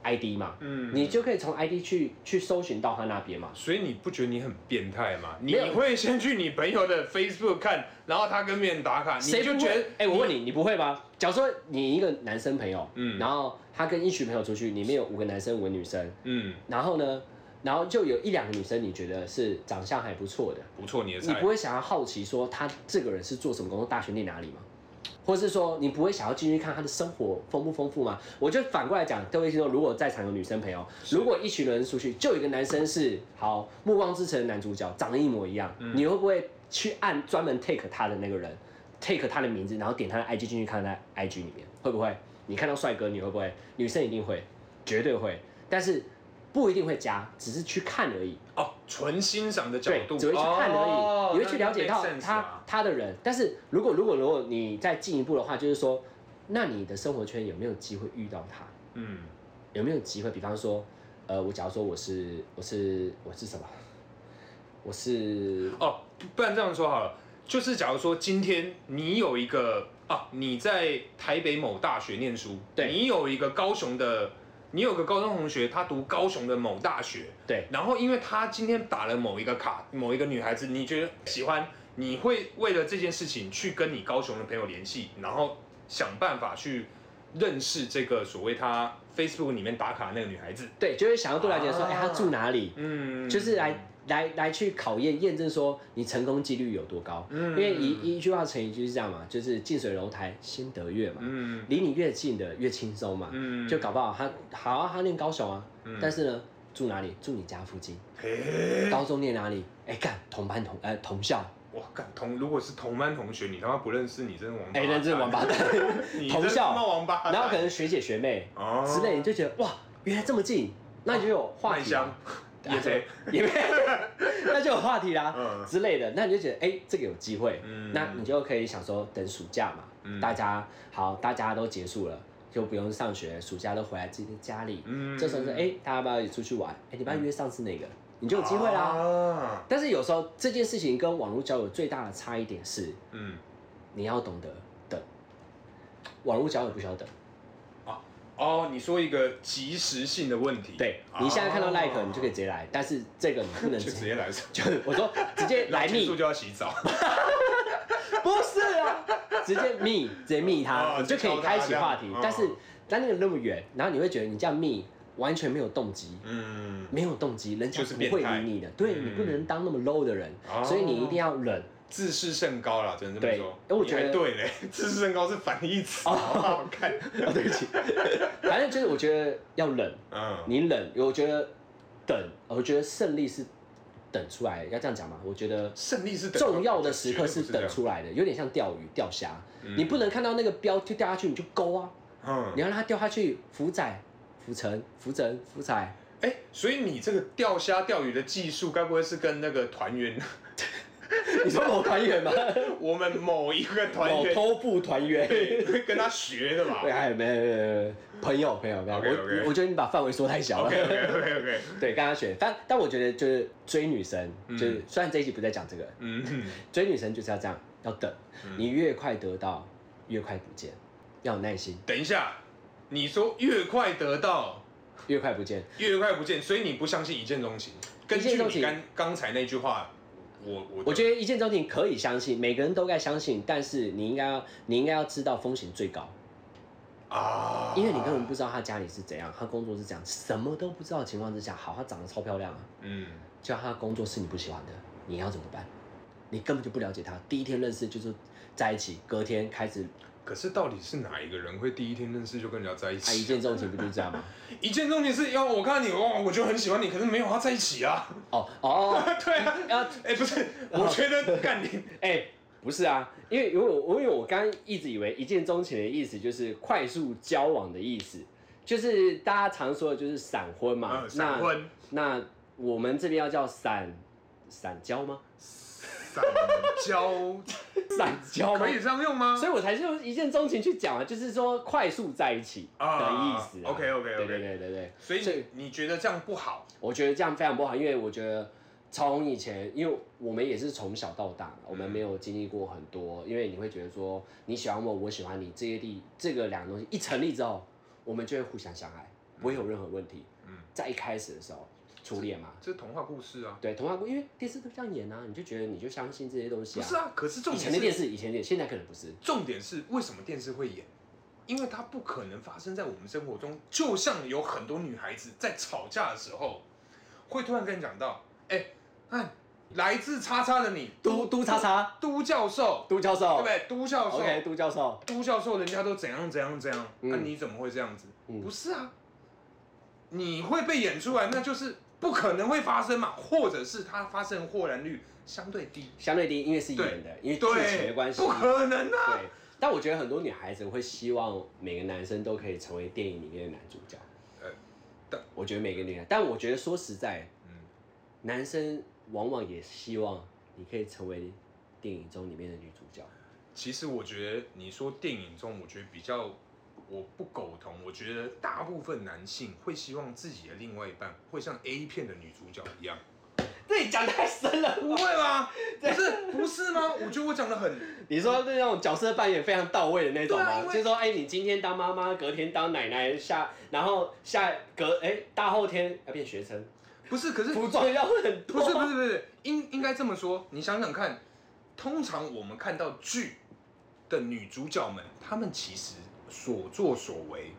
Speaker 2: I D 嘛，
Speaker 1: 嗯
Speaker 2: 你就可以从 I D 去去搜寻到他那边嘛。
Speaker 1: 所以你不觉得你很变态吗？你
Speaker 2: 没有
Speaker 1: 会先去你朋友的 Facebook 看，然后他跟别人打卡，你
Speaker 2: 谁
Speaker 1: 就
Speaker 2: 不
Speaker 1: 觉
Speaker 2: 觉
Speaker 1: 得
Speaker 2: 得？哎、我问你，你不会吗？假如说你一个男生朋友，
Speaker 1: 嗯
Speaker 2: 然后他跟一群朋友出去，里面有五个男生，五个女生，
Speaker 1: 嗯，
Speaker 2: 然后呢，然后就有一两个女生你觉得是长相还不错的，
Speaker 1: 不错，你的
Speaker 2: 你
Speaker 1: 菜
Speaker 2: 不。会想要好奇说他这个人是做什么工作，大学念哪里吗？或是说你不会想要进去看他的生活丰不丰富吗？我就反过来讲，各位听众，如果在场有女生朋友，
Speaker 1: 是
Speaker 2: 如果一群人出去，就有一个男生是好《暮光之城》的男主角，长得一模一样，
Speaker 1: 嗯
Speaker 2: 你会不会去按专门 take 他的那个人，take 他的名字，然后点他的 IG 进去看他的 IG 里面，会不会？你看到帅哥，你会不会？女生一定会，绝对会，但是不一定会加，只是去看而已。
Speaker 1: 哦，纯欣赏的角
Speaker 2: 对，
Speaker 1: 度，
Speaker 2: 只会去看
Speaker 1: 哦
Speaker 2: 而已，你会去
Speaker 1: 那
Speaker 2: 了解到
Speaker 1: make sense
Speaker 2: 他
Speaker 1: 啊
Speaker 2: 他的人。但是如果如果如果你再进一步的话，就是说，那你的生活圈有没有机会遇到他？
Speaker 1: 嗯，
Speaker 2: 有没有机会？比方说，呃，我假如说我是我是我是什么？我是
Speaker 1: 哦，不然这样说好了，就是假如说今天你有一个啊，你在台北某大学念书，
Speaker 2: 对
Speaker 1: 你有一个高雄的，你有个高中同学，他读高雄的某大学，
Speaker 2: 对
Speaker 1: 然后因为他今天打了某一个卡，某一个女孩子，你觉得喜欢，你会为了这件事情去跟你高雄的朋友联系，然后想办法去认识这个所谓他 Facebook 里面打卡的那个女孩子，
Speaker 2: 对，就是想要多了解说，
Speaker 1: 啊
Speaker 2: 哎、他住哪里？
Speaker 1: 嗯，
Speaker 2: 就是来来来去考验验证说你成功几率有多高。
Speaker 1: 嗯
Speaker 2: 因为一一句话成语就是这样嘛，就是近水楼台先得月嘛，
Speaker 1: 嗯
Speaker 2: 离你越近的越轻松嘛。
Speaker 1: 嗯
Speaker 2: 就搞不好他好啊，他念高雄啊，
Speaker 1: 嗯
Speaker 2: 但是呢，住哪里？住你家附 近。
Speaker 1: 嘿
Speaker 2: 高中念哪里？哎、干同班同呃同校，
Speaker 1: 哇，干同如果是同班同学，你他妈不认识，你真是王八
Speaker 2: 哎、
Speaker 1: 蛋！
Speaker 2: 那真是王八蛋。
Speaker 1: 你
Speaker 2: 同
Speaker 1: 真他妈
Speaker 2: 校，
Speaker 1: 王八蛋。
Speaker 2: 然后可能学姐学妹
Speaker 1: 哦
Speaker 2: 之类，你就觉得哇，原来这么近，那你就有话
Speaker 1: 哦麦
Speaker 2: 题啊啦
Speaker 1: 香，也谁？
Speaker 2: 也没， 那就有话题啦
Speaker 1: 嗯
Speaker 2: 之类的，那你就觉得哎、这个有机会，
Speaker 1: 嗯
Speaker 2: 啊那你就可以想说等暑假嘛，
Speaker 1: 嗯
Speaker 2: 大家好，大家都结束了。就不用上学，暑假都回来自己的家里，
Speaker 1: 嗯
Speaker 2: 这时候说，哎、大家要不要一起出去玩？哎、你不要约上次那个，你就有机会啦。
Speaker 1: 啊
Speaker 2: 但是有时候这件事情跟网络交友最大的差异点是，
Speaker 1: 嗯，
Speaker 2: 你要懂得等。网络交友不需要等，
Speaker 1: 哦，你说一个及时性的问题，
Speaker 2: 对你现在看到
Speaker 1: 啊
Speaker 2: like 你就可以直接来，但是这个你不能
Speaker 1: 就
Speaker 2: 直
Speaker 1: 直
Speaker 2: 接，
Speaker 1: 接来，
Speaker 2: 就我说直接 来
Speaker 1: 结
Speaker 2: 密
Speaker 1: 束，就要洗澡，
Speaker 2: 不是啊，直接密，直接密他，
Speaker 1: 哦
Speaker 2: 你就可以开启话题
Speaker 1: 就敲他这样。
Speaker 2: 但是
Speaker 1: 嗯
Speaker 2: 当那个那么远，然后你会觉得你这样密完全没有动机，
Speaker 1: 嗯，
Speaker 2: 没有动机，人家
Speaker 1: 就是
Speaker 2: 不
Speaker 1: 变
Speaker 2: 会
Speaker 1: 态
Speaker 2: 理你的。对
Speaker 1: 嗯
Speaker 2: 你不能当那么 low 的人，
Speaker 1: 哦
Speaker 2: 所以你一定要忍。
Speaker 1: 自视甚高啦，只能这么
Speaker 2: 对
Speaker 1: 说。
Speaker 2: 哎我觉得
Speaker 1: 你还对嘞， 自视甚高是反义词，
Speaker 2: 哦
Speaker 1: 好不好看？
Speaker 2: 啊对不起，反正就是我觉得要忍，
Speaker 1: 嗯，
Speaker 2: 你忍，我觉得等，我觉得胜利是等出来的，要这样讲吗？我觉得
Speaker 1: 胜利是等
Speaker 2: 重要的时刻
Speaker 1: 绝对
Speaker 2: 是
Speaker 1: 不这样
Speaker 2: 等出来的，有点像钓鱼钓虾，
Speaker 1: 嗯
Speaker 2: 你不能看到那个标就掉下去你就勾啊，
Speaker 1: 嗯
Speaker 2: 你，要让它掉下去，浮仔、浮沉、浮沉、浮彩，
Speaker 1: 哎，所以你这个钓虾钓鱼的技术，该不会是跟那个团员，
Speaker 2: 你说某团员吗？
Speaker 1: 我们某一个 团
Speaker 2: 某
Speaker 1: 员
Speaker 2: 偷步团员。
Speaker 1: 对跟他学的吧
Speaker 2: 对，哎，没有没有没有没有，朋友朋友朋友，
Speaker 1: OK，OK
Speaker 2: 我我觉得你把范围缩太小了。
Speaker 1: ？OK OK OK OK，
Speaker 2: 对，跟他学，但但我觉得就是追女生，
Speaker 1: 嗯
Speaker 2: 就是虽然这一集不在讲这个，
Speaker 1: 嗯，
Speaker 2: 追女生就是要这样，要等，
Speaker 1: 嗯
Speaker 2: 你越快得到，越快不见，要有耐心，
Speaker 1: 等一下，你说越快得到。
Speaker 2: 越快不见。
Speaker 1: 越快不见，所以你不相信一见钟情。根据
Speaker 2: 一见钟
Speaker 1: 你
Speaker 2: 情
Speaker 1: 刚刚才那句话，我我
Speaker 2: 我觉得一见钟情可以相信，每个人都该相信，但是你应该要你应该要知道风险最高，
Speaker 1: 得啊，
Speaker 2: 因为你根本不知道他家里是怎样，他工作是怎样，什么都不知道的情况之下，好，他长得超漂亮啊，
Speaker 1: 嗯
Speaker 2: 就他的工作是你不喜欢的，你要怎么办？你根本就不了解他，第一天认识就是在一起，隔天开始
Speaker 1: 可是到底是哪一个人会第一天认识就跟人家在一
Speaker 2: 啊，一
Speaker 1: 起？
Speaker 2: 见钟情不就是这样吗？
Speaker 1: 一见钟情是要我看到你哇，我就很喜欢你，可是没有他在一起啊。
Speaker 2: 哦哦，
Speaker 1: 对啊，
Speaker 2: 要
Speaker 1: 哎、不是，我觉得干你
Speaker 2: 哎、不是啊，因为因为我因为我刚刚一直以为一见钟情的意思就是快速交往的意思，就是大家常说的就是闪婚嘛。
Speaker 1: 嗯闪 婚
Speaker 2: 那。那我们这边要叫闪闪 交吗？
Speaker 1: 撒娇，
Speaker 2: 闪交吗
Speaker 1: 可？以这样用吗？
Speaker 2: 所以我才是用一见钟情去讲啊，就是说快速在一起的意
Speaker 1: 啊
Speaker 2: 思、啊。
Speaker 1: OK，OK，OK
Speaker 2: 对对对对对，
Speaker 1: 所以
Speaker 2: 所以
Speaker 1: 你你觉得这样不好？
Speaker 2: 我觉得这样非常不好，因为我觉得从以前，因为我们也是从小到大，我们没
Speaker 1: 嗯
Speaker 2: 有经历过很多，因为你会觉得说你喜欢我，我喜欢你，这些地这个两个东西一成立之后，我们就会互相相爱，不会有任何问题。
Speaker 1: 嗯，
Speaker 2: 在一开始的时候，初恋嘛，
Speaker 1: 这是童话故事啊，
Speaker 2: 对，童话故因为电视都这样演啊，你就觉得你就相信这些东
Speaker 1: 不
Speaker 2: 西啊。
Speaker 1: 是啊。可是重
Speaker 2: 以
Speaker 1: 点
Speaker 2: 前的
Speaker 1: 是
Speaker 2: 电视，以前的电视现在可能不是。
Speaker 1: 重点是为什么电视会演？因为它不可能发生在我们生活中。就像有很多女孩子在吵架的时候，会突然跟你讲到：“哎、哎，来自叉叉的你，
Speaker 2: 都都叉叉，
Speaker 1: 都教授，
Speaker 2: 都教
Speaker 1: 对
Speaker 2: 授
Speaker 1: 不对？都教授
Speaker 2: 哦，OK，都教授，
Speaker 1: 都教授，人家都怎样怎样怎样，那、
Speaker 2: 嗯
Speaker 1: 你怎么会这样子？
Speaker 2: 嗯
Speaker 1: 不是啊，你会被演出来，那就是不可能会发生嘛，或者是它发生的或然率相对低。
Speaker 2: 相对低，因为是
Speaker 1: 对
Speaker 2: 演的，因为剧情
Speaker 1: 对
Speaker 2: 的，关系，
Speaker 1: 不可能啊！
Speaker 2: 对，但我觉得很多女孩子会希望每个男生都可以成为电影里面的男主角。
Speaker 1: 呃但
Speaker 2: 我觉得每个女孩，但我觉得说实在，
Speaker 1: 嗯，
Speaker 2: 男生往往也希望你可以成为电影中里面的女主角。
Speaker 1: 其实我觉得你说电影中，我觉得比较我不苟同。我觉得大部分男性会希望自己的另外一半会像 A 片的女主角一样，
Speaker 2: 这你讲太深了。
Speaker 1: 不会 吗？不是不是吗？我觉得我讲的很
Speaker 2: 你说那种角色扮演非常到位的那种
Speaker 1: 对啊
Speaker 2: 吗？
Speaker 1: 因为
Speaker 2: 就是说，哎、你今天当妈妈，隔天当奶奶，下然后下隔哎、大后天要变学生，
Speaker 1: 不是，可是
Speaker 2: 服装要很多。
Speaker 1: 不是不是不是，应应该这么说。你想想看，通常我们看到剧的女主角们，她们其实所作所为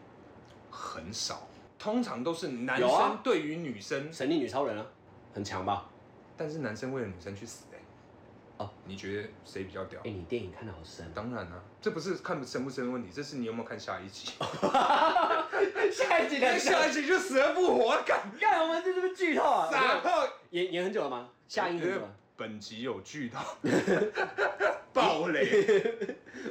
Speaker 1: 很少，通常都是男
Speaker 2: 有啊
Speaker 1: 生对于女生，
Speaker 2: 神力女超人啊，很强吧？
Speaker 1: 但是男生为了女生去死哎、
Speaker 2: 哦
Speaker 1: 你觉得谁比较屌
Speaker 2: 哎、？你电影看的好深、
Speaker 1: 当然啦、这不是看深不深的问题，这是你有没有看下一集？
Speaker 2: 哦下一集 的
Speaker 1: 下一集就死而复活，干
Speaker 2: 干，我们这是不是剧透啊？
Speaker 1: 然后
Speaker 2: 演演很久了吗？下映很久了？
Speaker 1: 本集有剧 透，暴雷，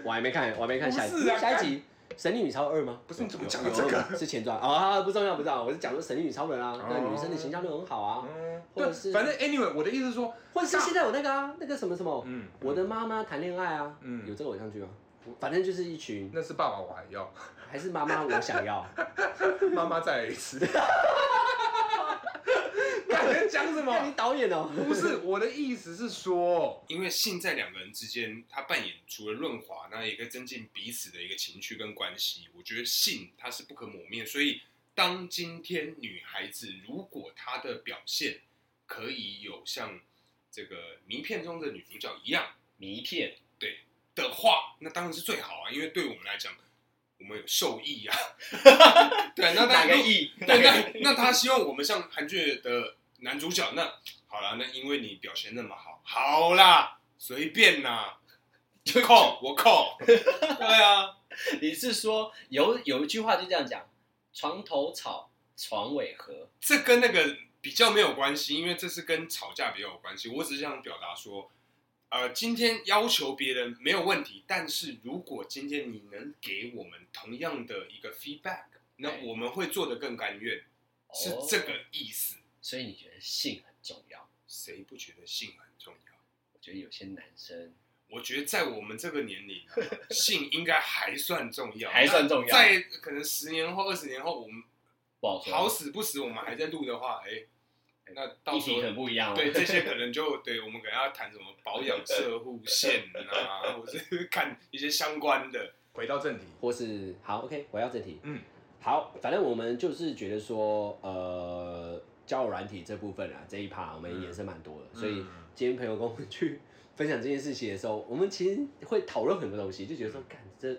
Speaker 2: 我还没看，我还没看下一
Speaker 1: 不是
Speaker 2: 集。
Speaker 1: 啊
Speaker 2: 下一集《神力女超二》吗？
Speaker 1: 不是你怎么讲
Speaker 2: 有
Speaker 1: 到这个？
Speaker 2: 有是前传啊，不重要，不重要。我是讲说《神力女超人》啊
Speaker 1: 哦，
Speaker 2: 那女生的形象都很好啊，
Speaker 1: 嗯，
Speaker 2: 或
Speaker 1: 对
Speaker 2: 者，是
Speaker 1: 反正 anyway，我的意思是说，
Speaker 2: 或者是现在有那个啊，那个什么什么，
Speaker 1: 嗯，
Speaker 2: 我的妈妈谈恋爱啊，
Speaker 1: 嗯
Speaker 2: 有这个偶像剧吗？反正就是一群，
Speaker 1: 那是爸爸我还要，
Speaker 2: 还是妈妈我想要，
Speaker 1: 妈妈再来一次。感觉讲讲什么？
Speaker 2: 看你导演哦、
Speaker 1: 不 是我的意思是说，因为现在两个人之间，他扮演除了润滑，那也可以增进彼此的一个情趣跟关系。我觉得性它是不可磨灭，所以当今天女孩子如果她的表现可以有像这个名片中的女主角一样
Speaker 3: 迷片，
Speaker 1: 的话，那当然是最好啊，因为对我们来讲，我们有受 益啊。 对，啊
Speaker 3: 哪
Speaker 1: 那大家
Speaker 3: 个亿？ 哪
Speaker 1: 对，
Speaker 3: 个
Speaker 1: 那那他希望我们像韩剧的男主角，那好啦，那因为你表现那么好，好啦，随便啦，扣我扣， 对啊，
Speaker 3: 你是说有有一句话就这样讲：床头吵，床尾和。
Speaker 1: 这跟那个比较没有关系，因为这是跟吵架比较有关系。我只是想表达说，呃，今天要求别人没有问题，但是如果今天你能给我们同样的一个 feedback，那
Speaker 3: 对
Speaker 1: 我们会做的更甘愿，是
Speaker 3: 哦
Speaker 1: 这个意思。
Speaker 3: 所以你觉得性很重要？
Speaker 1: 谁不觉得性很重要？
Speaker 3: 我觉得有些男生
Speaker 1: 我觉得在我们这个年龄、啊，性应该还算重 要，
Speaker 3: 还算重要
Speaker 1: 在可能十年后、二十年后，我们
Speaker 3: 不好说，啊
Speaker 1: 好死不死，我们还在录的话，哎、那到
Speaker 3: 议
Speaker 1: 时
Speaker 3: 题很
Speaker 1: 候
Speaker 3: 不一样哦。
Speaker 1: 对这些可能就对我们可能要谈什么保养射护线啊，或者是 看一些相关的。回到正题，
Speaker 2: 或是好，OK，我要这题。
Speaker 1: 嗯，
Speaker 2: 好，反正我们就是觉得说，呃，交友软体这部分啊，这一趴我们也延伸蛮多的，
Speaker 1: 嗯
Speaker 2: 所以今天朋友跟我们 去分享这件事情的时候，我们其实会讨论很多东西，就觉得
Speaker 1: 嗯
Speaker 2: 说，干这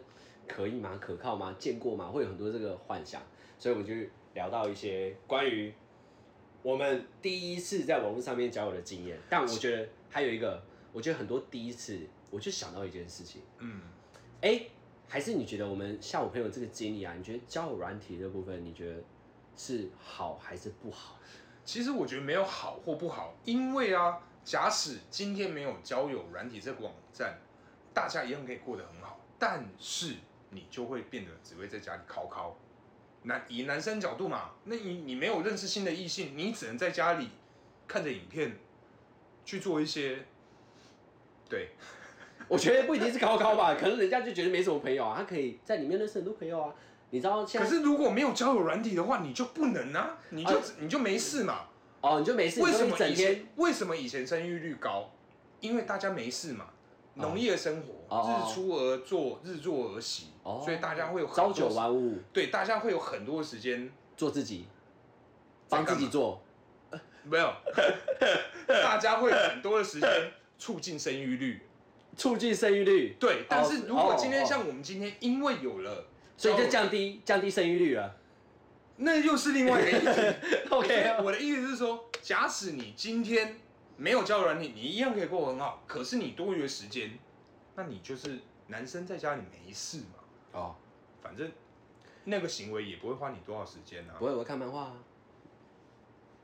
Speaker 2: 可以吗？可靠吗？见过吗？会有很多这个幻想，所以我们就聊到一些关于我们第一次在网络上面交友的经验。但我觉得还有一个，我觉得很多第一次，我就想到一件事情。
Speaker 1: 嗯，
Speaker 2: 哎、还是你觉得我们像我朋友这个经历啊，你觉得交友软体这部分，你觉得是好还是不好？
Speaker 1: 其实我觉得没有好或不好，因为啊，假使今天没有交友软体这个网站，大家一样可以过得很好，但是你就会变得只会在家里靠靠。男以男生角度嘛，那你你没有认识新的异性，你只能在家里看着影片去做一些，对，
Speaker 2: 我觉得不一定是高高吧，可能人家就觉得没什么朋友啊，他可以在里面认识很多朋友啊。你知道现
Speaker 1: 可
Speaker 2: 在
Speaker 1: 是如果没有交友软体的话，你就不能啊，你就、
Speaker 2: 啊
Speaker 1: 你就没事嘛。
Speaker 2: 哦，你就没事，
Speaker 1: 为什
Speaker 2: 你
Speaker 1: 么
Speaker 2: 就一整
Speaker 1: 以前
Speaker 2: 天？
Speaker 1: 为什么以前生育率高？因为大家没事嘛，
Speaker 2: 哦
Speaker 1: 农业生活，
Speaker 2: 哦
Speaker 1: 日出而作，日落而息，
Speaker 2: 哦
Speaker 1: 所以大家会有很多
Speaker 2: 朝九晚五，
Speaker 1: 对，大家会有很多时间
Speaker 2: 做自己，
Speaker 1: 在
Speaker 2: 帮
Speaker 1: 干嘛
Speaker 2: 自己做，
Speaker 1: 没 有，大家会有很多的时间促进生育率。
Speaker 2: 促进生育率，
Speaker 1: 对，但是如果今
Speaker 2: 哦
Speaker 1: 天
Speaker 2: 哦
Speaker 1: 像我们今天，因为有了，
Speaker 2: 所以
Speaker 1: 交
Speaker 2: 就
Speaker 1: 友
Speaker 2: 降低降低生育 率了。
Speaker 1: 那又是另外一个议题。
Speaker 2: OK，
Speaker 1: 我的意思是说，假使你今天没有交友软体，你一样可以过得很好，可是你多余的时间，那你就是男生在家里没事嘛，
Speaker 2: 哦，
Speaker 1: 反正那个行为也不会花你多少时间啊
Speaker 2: 不，会，我会看漫画啊。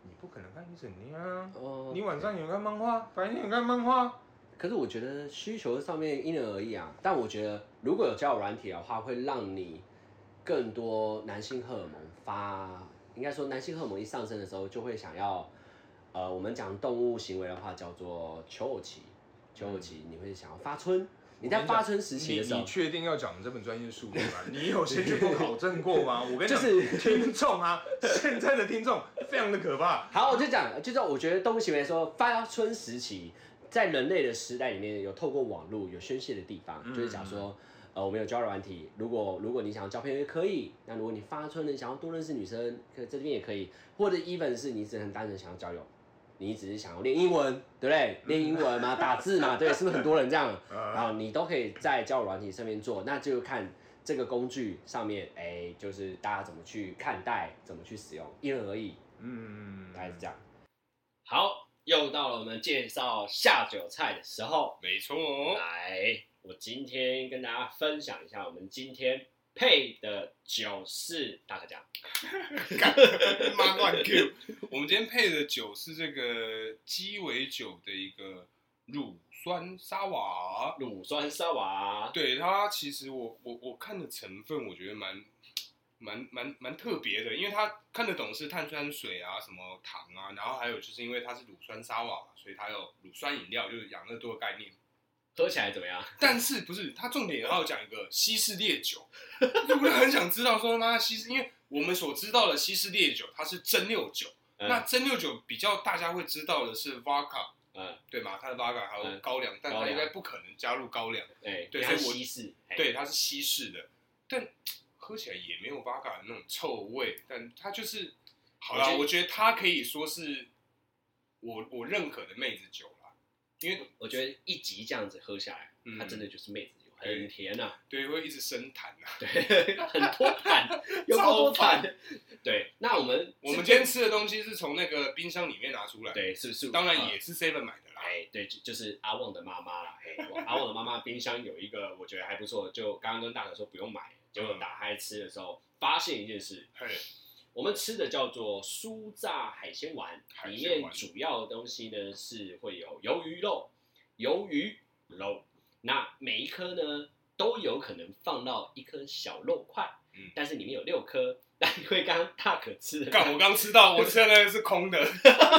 Speaker 1: 你不可能看一整天啊。
Speaker 2: 哦，
Speaker 1: 你晚上有看漫画，白天有看漫画，
Speaker 2: 可是我觉得需求上面因人而异啊，但我觉得如果有交友软体的话，会让你更多男性荷尔蒙发，应该说男性荷尔蒙一上升的时候，就会想要，呃，我们讲动物行为的话叫做求偶期，求偶期你会想要发春，你在发春时期
Speaker 1: 嗯你
Speaker 2: 的时候
Speaker 1: 你，确定要讲这么专业术语 吗？你有先去过考证过吗？我跟你
Speaker 2: 就
Speaker 1: 讲，
Speaker 2: 是
Speaker 1: 听众啊，现在的听众非常的可怕。
Speaker 2: 好，我就讲，就是我觉得动物行为说发春时期，在人类的时代里面，有透过网络有宣泄的地方，
Speaker 1: 嗯
Speaker 2: 就是假如说，呃，我们有交友软体，如果如果你想要交朋友也可以，那如果你发春了，你想要多认识女生，可这边也可以，或者 even 是你只是很单纯想要交友，你只是想要练英文，对不对？练英文嘛，打字嘛，对，是不是很多人这样？然
Speaker 1: 呃，
Speaker 2: 后你都可以在交友软体上面做，那就看这个工具上面，哎、就是大家怎么去看待，怎么去使用，因人而异，
Speaker 1: 嗯，
Speaker 2: 大概是这样。
Speaker 3: 好，又到了我们介绍下酒菜的时候。
Speaker 1: 没错。
Speaker 3: 来，我今天跟大家分享一下我们今天配的酒是大可讲，
Speaker 1: 妈乱 Q。我们今天配的酒是这个鸡尾酒的一个乳酸沙瓦。
Speaker 3: 乳酸啊沙瓦。
Speaker 1: 对它，其实我我我看的成分，我觉得蛮蛮蛮蛮特别的，因为它看得懂是碳酸水啊，什么糖啊，然后还有就是因为它是乳酸沙瓦，所以它有乳酸饮料，就是养乐多的概念。
Speaker 3: 喝起来怎么样？
Speaker 1: 但是不是它重点要讲一个西式烈酒，我就很想知道说那西式，因为我们所知道的西式烈酒，它是蒸馏酒。
Speaker 2: 嗯
Speaker 1: 那蒸馏酒比较大家会知道的是 vodka，
Speaker 3: 呃
Speaker 2: 嗯，
Speaker 1: 对吗？它的 vodka 还有
Speaker 2: 嗯
Speaker 1: 高粱，但
Speaker 2: 高
Speaker 1: 它应
Speaker 2: 粱
Speaker 1: 该不可能加入高粱，
Speaker 2: 对，
Speaker 1: 对
Speaker 2: 它
Speaker 1: 所以我
Speaker 2: 稀释，哎
Speaker 1: 对，它是稀释的，但喝起来也没有 vodka 的那种臭味，但它就是好
Speaker 2: 我
Speaker 1: 啦，
Speaker 2: 觉得
Speaker 1: 我觉得它可以说是我我认可的妹子酒啦，因为
Speaker 2: 我觉得一集这样子喝下来，
Speaker 1: 嗯
Speaker 2: 它真的就是妹子酒，
Speaker 1: 对
Speaker 2: 很甜啊，
Speaker 1: 对会一直生痰 啊。
Speaker 2: 对，很多款， 有够多款。对，那我们
Speaker 1: 我们今天吃的东西是从那个冰箱里面拿出来，，
Speaker 2: 对是不是？
Speaker 1: 当然
Speaker 2: 呃
Speaker 1: 也是 seven 买的啦。
Speaker 2: 哎，对，就就是阿旺的妈妈啦。哎，我阿旺的妈妈冰箱有一个我觉得还不错，就刚刚跟大可说不用买，结果打开吃的时候发现一件事，
Speaker 1: 嗯嘿，
Speaker 2: 我们吃的叫做酥炸海鲜丸，
Speaker 1: 海
Speaker 2: 里
Speaker 1: 鲜丸
Speaker 2: 面主要的东西呢是会有鱿鱼肉、鱿鱼肉，那每一颗呢都有可能放到一颗小肉块，
Speaker 1: 嗯
Speaker 2: 但是里面有六颗，那因为刚刚大可吃的，
Speaker 1: 干，我刚吃到，我吃的那个是 空的，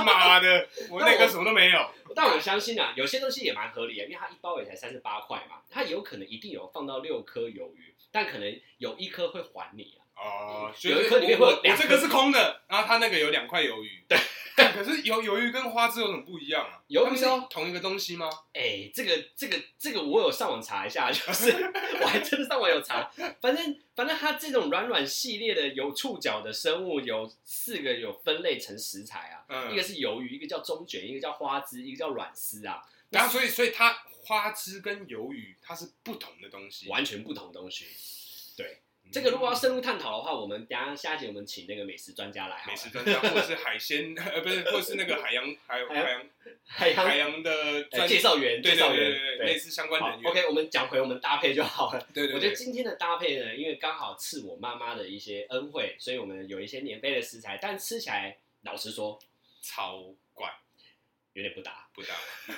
Speaker 1: 妈的，我那个什么都没有。
Speaker 2: 但我相信啊，有些东西也蛮合理的，因为它一包也才三十八块嘛，它有可能一定有放到六颗鱿鱼，但可能有一颗会还你啊。
Speaker 1: 哦，
Speaker 2: 有
Speaker 1: 就
Speaker 2: 一
Speaker 1: 是
Speaker 2: 颗里面
Speaker 1: 我
Speaker 2: 会
Speaker 1: 我
Speaker 2: 有两
Speaker 1: 我这个是空的，然后他那个有两块鱿鱼。对，可是鱿鱿鱼跟花枝有什么不一样啊？
Speaker 2: 鱿鱼哦
Speaker 1: 它们是同一个东西吗？
Speaker 2: 哎、这个这个这个，我有上网查一下，就是 我还真的上网有查，反正反正它这种软软系列的有触角的生物有四个有分类成食材啊，
Speaker 1: 嗯
Speaker 2: 一个，是鱿鱼，一个叫中卷，一个叫花枝，一个叫软丝啊，
Speaker 1: 然后所以所以它花枝跟鱿鱼它是不同的东西。嗯
Speaker 2: 完全不同东西。对，这个如果要深入探讨的话，我们等一下下一集我们请那个美食专家来好了，
Speaker 1: 美食专家，或者是海鲜， 呃，不是，或者是那个海洋海
Speaker 2: 海洋
Speaker 1: 海洋
Speaker 2: 海洋
Speaker 1: 海洋的
Speaker 2: 呃
Speaker 1: 专
Speaker 2: 介绍员，
Speaker 1: 对
Speaker 2: 介
Speaker 1: 对
Speaker 2: 绍
Speaker 1: 对
Speaker 2: 员，
Speaker 1: 对对，类似相关
Speaker 2: 好
Speaker 1: 人员。
Speaker 2: ，OK，我们讲回我们搭配就好了。
Speaker 1: 对对对，
Speaker 2: 我觉得今天的搭配呢，因为刚好是我妈妈的一些恩惠，所以我们有一些免费的食材，但吃起来老实说
Speaker 1: 超怪，
Speaker 2: 有点不搭。
Speaker 1: 不搭，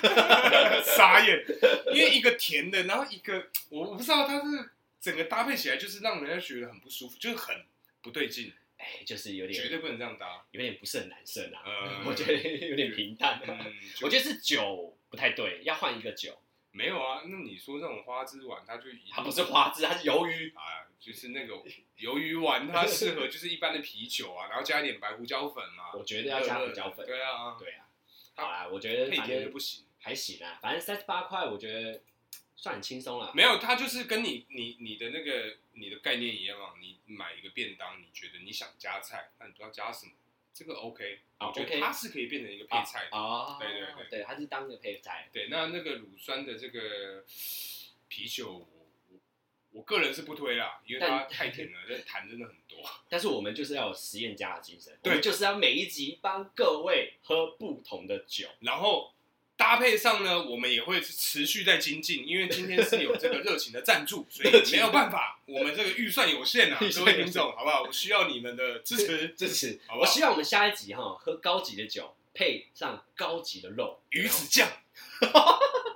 Speaker 1: 傻眼。因为一个甜的，然后一个我我不知道它是整个搭配起来，就是让人家觉得很不舒服，就是很不对劲，
Speaker 2: 哎，就是有
Speaker 1: 绝对
Speaker 2: 点
Speaker 1: 不能这样搭。
Speaker 2: 有点不是很男生啊，
Speaker 1: 呃，
Speaker 2: 我觉得有点平淡啊、
Speaker 1: 嗯，
Speaker 2: 我
Speaker 1: 就
Speaker 2: 觉得是酒不太对，要换一个酒。
Speaker 1: 没有啊。那你说这种花枝丸，它就一定
Speaker 2: 它不是花枝，它是鱿鱼。
Speaker 1: 啊，就是那种鱿鱼丸，它适合就是一般的啤酒啊，然后加一点白胡椒粉 嘛，
Speaker 2: 我觉得要加胡椒粉。
Speaker 1: 对啊，
Speaker 2: 对啊，好啦，我觉得
Speaker 1: 配
Speaker 2: 反
Speaker 1: 甜就
Speaker 2: 正
Speaker 1: 不行。
Speaker 2: 还行啦，反正三十八块，我觉得算很轻松了。
Speaker 1: 没有，它就是跟你你你的那个你的概念一样啊。你买一个便当，你觉得你想加菜，那你不知道加什么，这个 OK，、
Speaker 2: 啊
Speaker 1: 我觉得
Speaker 2: OK
Speaker 1: 它是可以变成一个配菜的。
Speaker 2: 哦，
Speaker 1: 对对对
Speaker 2: 对，它是当个配菜。
Speaker 1: 对，那那个乳酸的这个啤酒，我我我个人是不推啦，因为它
Speaker 2: 但
Speaker 1: 太甜了， 那痰真的很多。
Speaker 2: 但是我们就是要有实验家的精神，
Speaker 1: 对
Speaker 2: 我们就是要每一集帮各位喝不同的酒。
Speaker 1: 然后搭配上呢，我们也会持续在精进，因为今天是有这个热情的赞助，所以没有办法，我们这个预算有限啊，
Speaker 2: 预
Speaker 1: 各
Speaker 2: 算
Speaker 1: 位
Speaker 2: 有
Speaker 1: 听众，好不好？我需要你们的支 持。
Speaker 2: 支持，
Speaker 1: 好不好
Speaker 2: 我希望我们下一集哈喝高级的酒，配上高级的肉，
Speaker 1: 鱼子酱，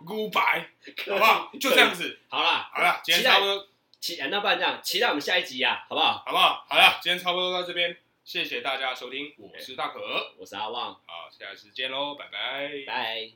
Speaker 1: 菇白，
Speaker 2: 可
Speaker 1: 好
Speaker 2: 以
Speaker 1: 不好？就这样。子
Speaker 2: 可以，好啦，
Speaker 1: 好了，今天差不多，
Speaker 2: 期呃那不然这样，期待我们下一集呀、好不好？
Speaker 1: 好不好？好了，今天差不多到这边，谢谢大家收听，我是大可，
Speaker 2: 我是阿旺，
Speaker 1: 好，下次见喽，拜拜。
Speaker 2: 拜。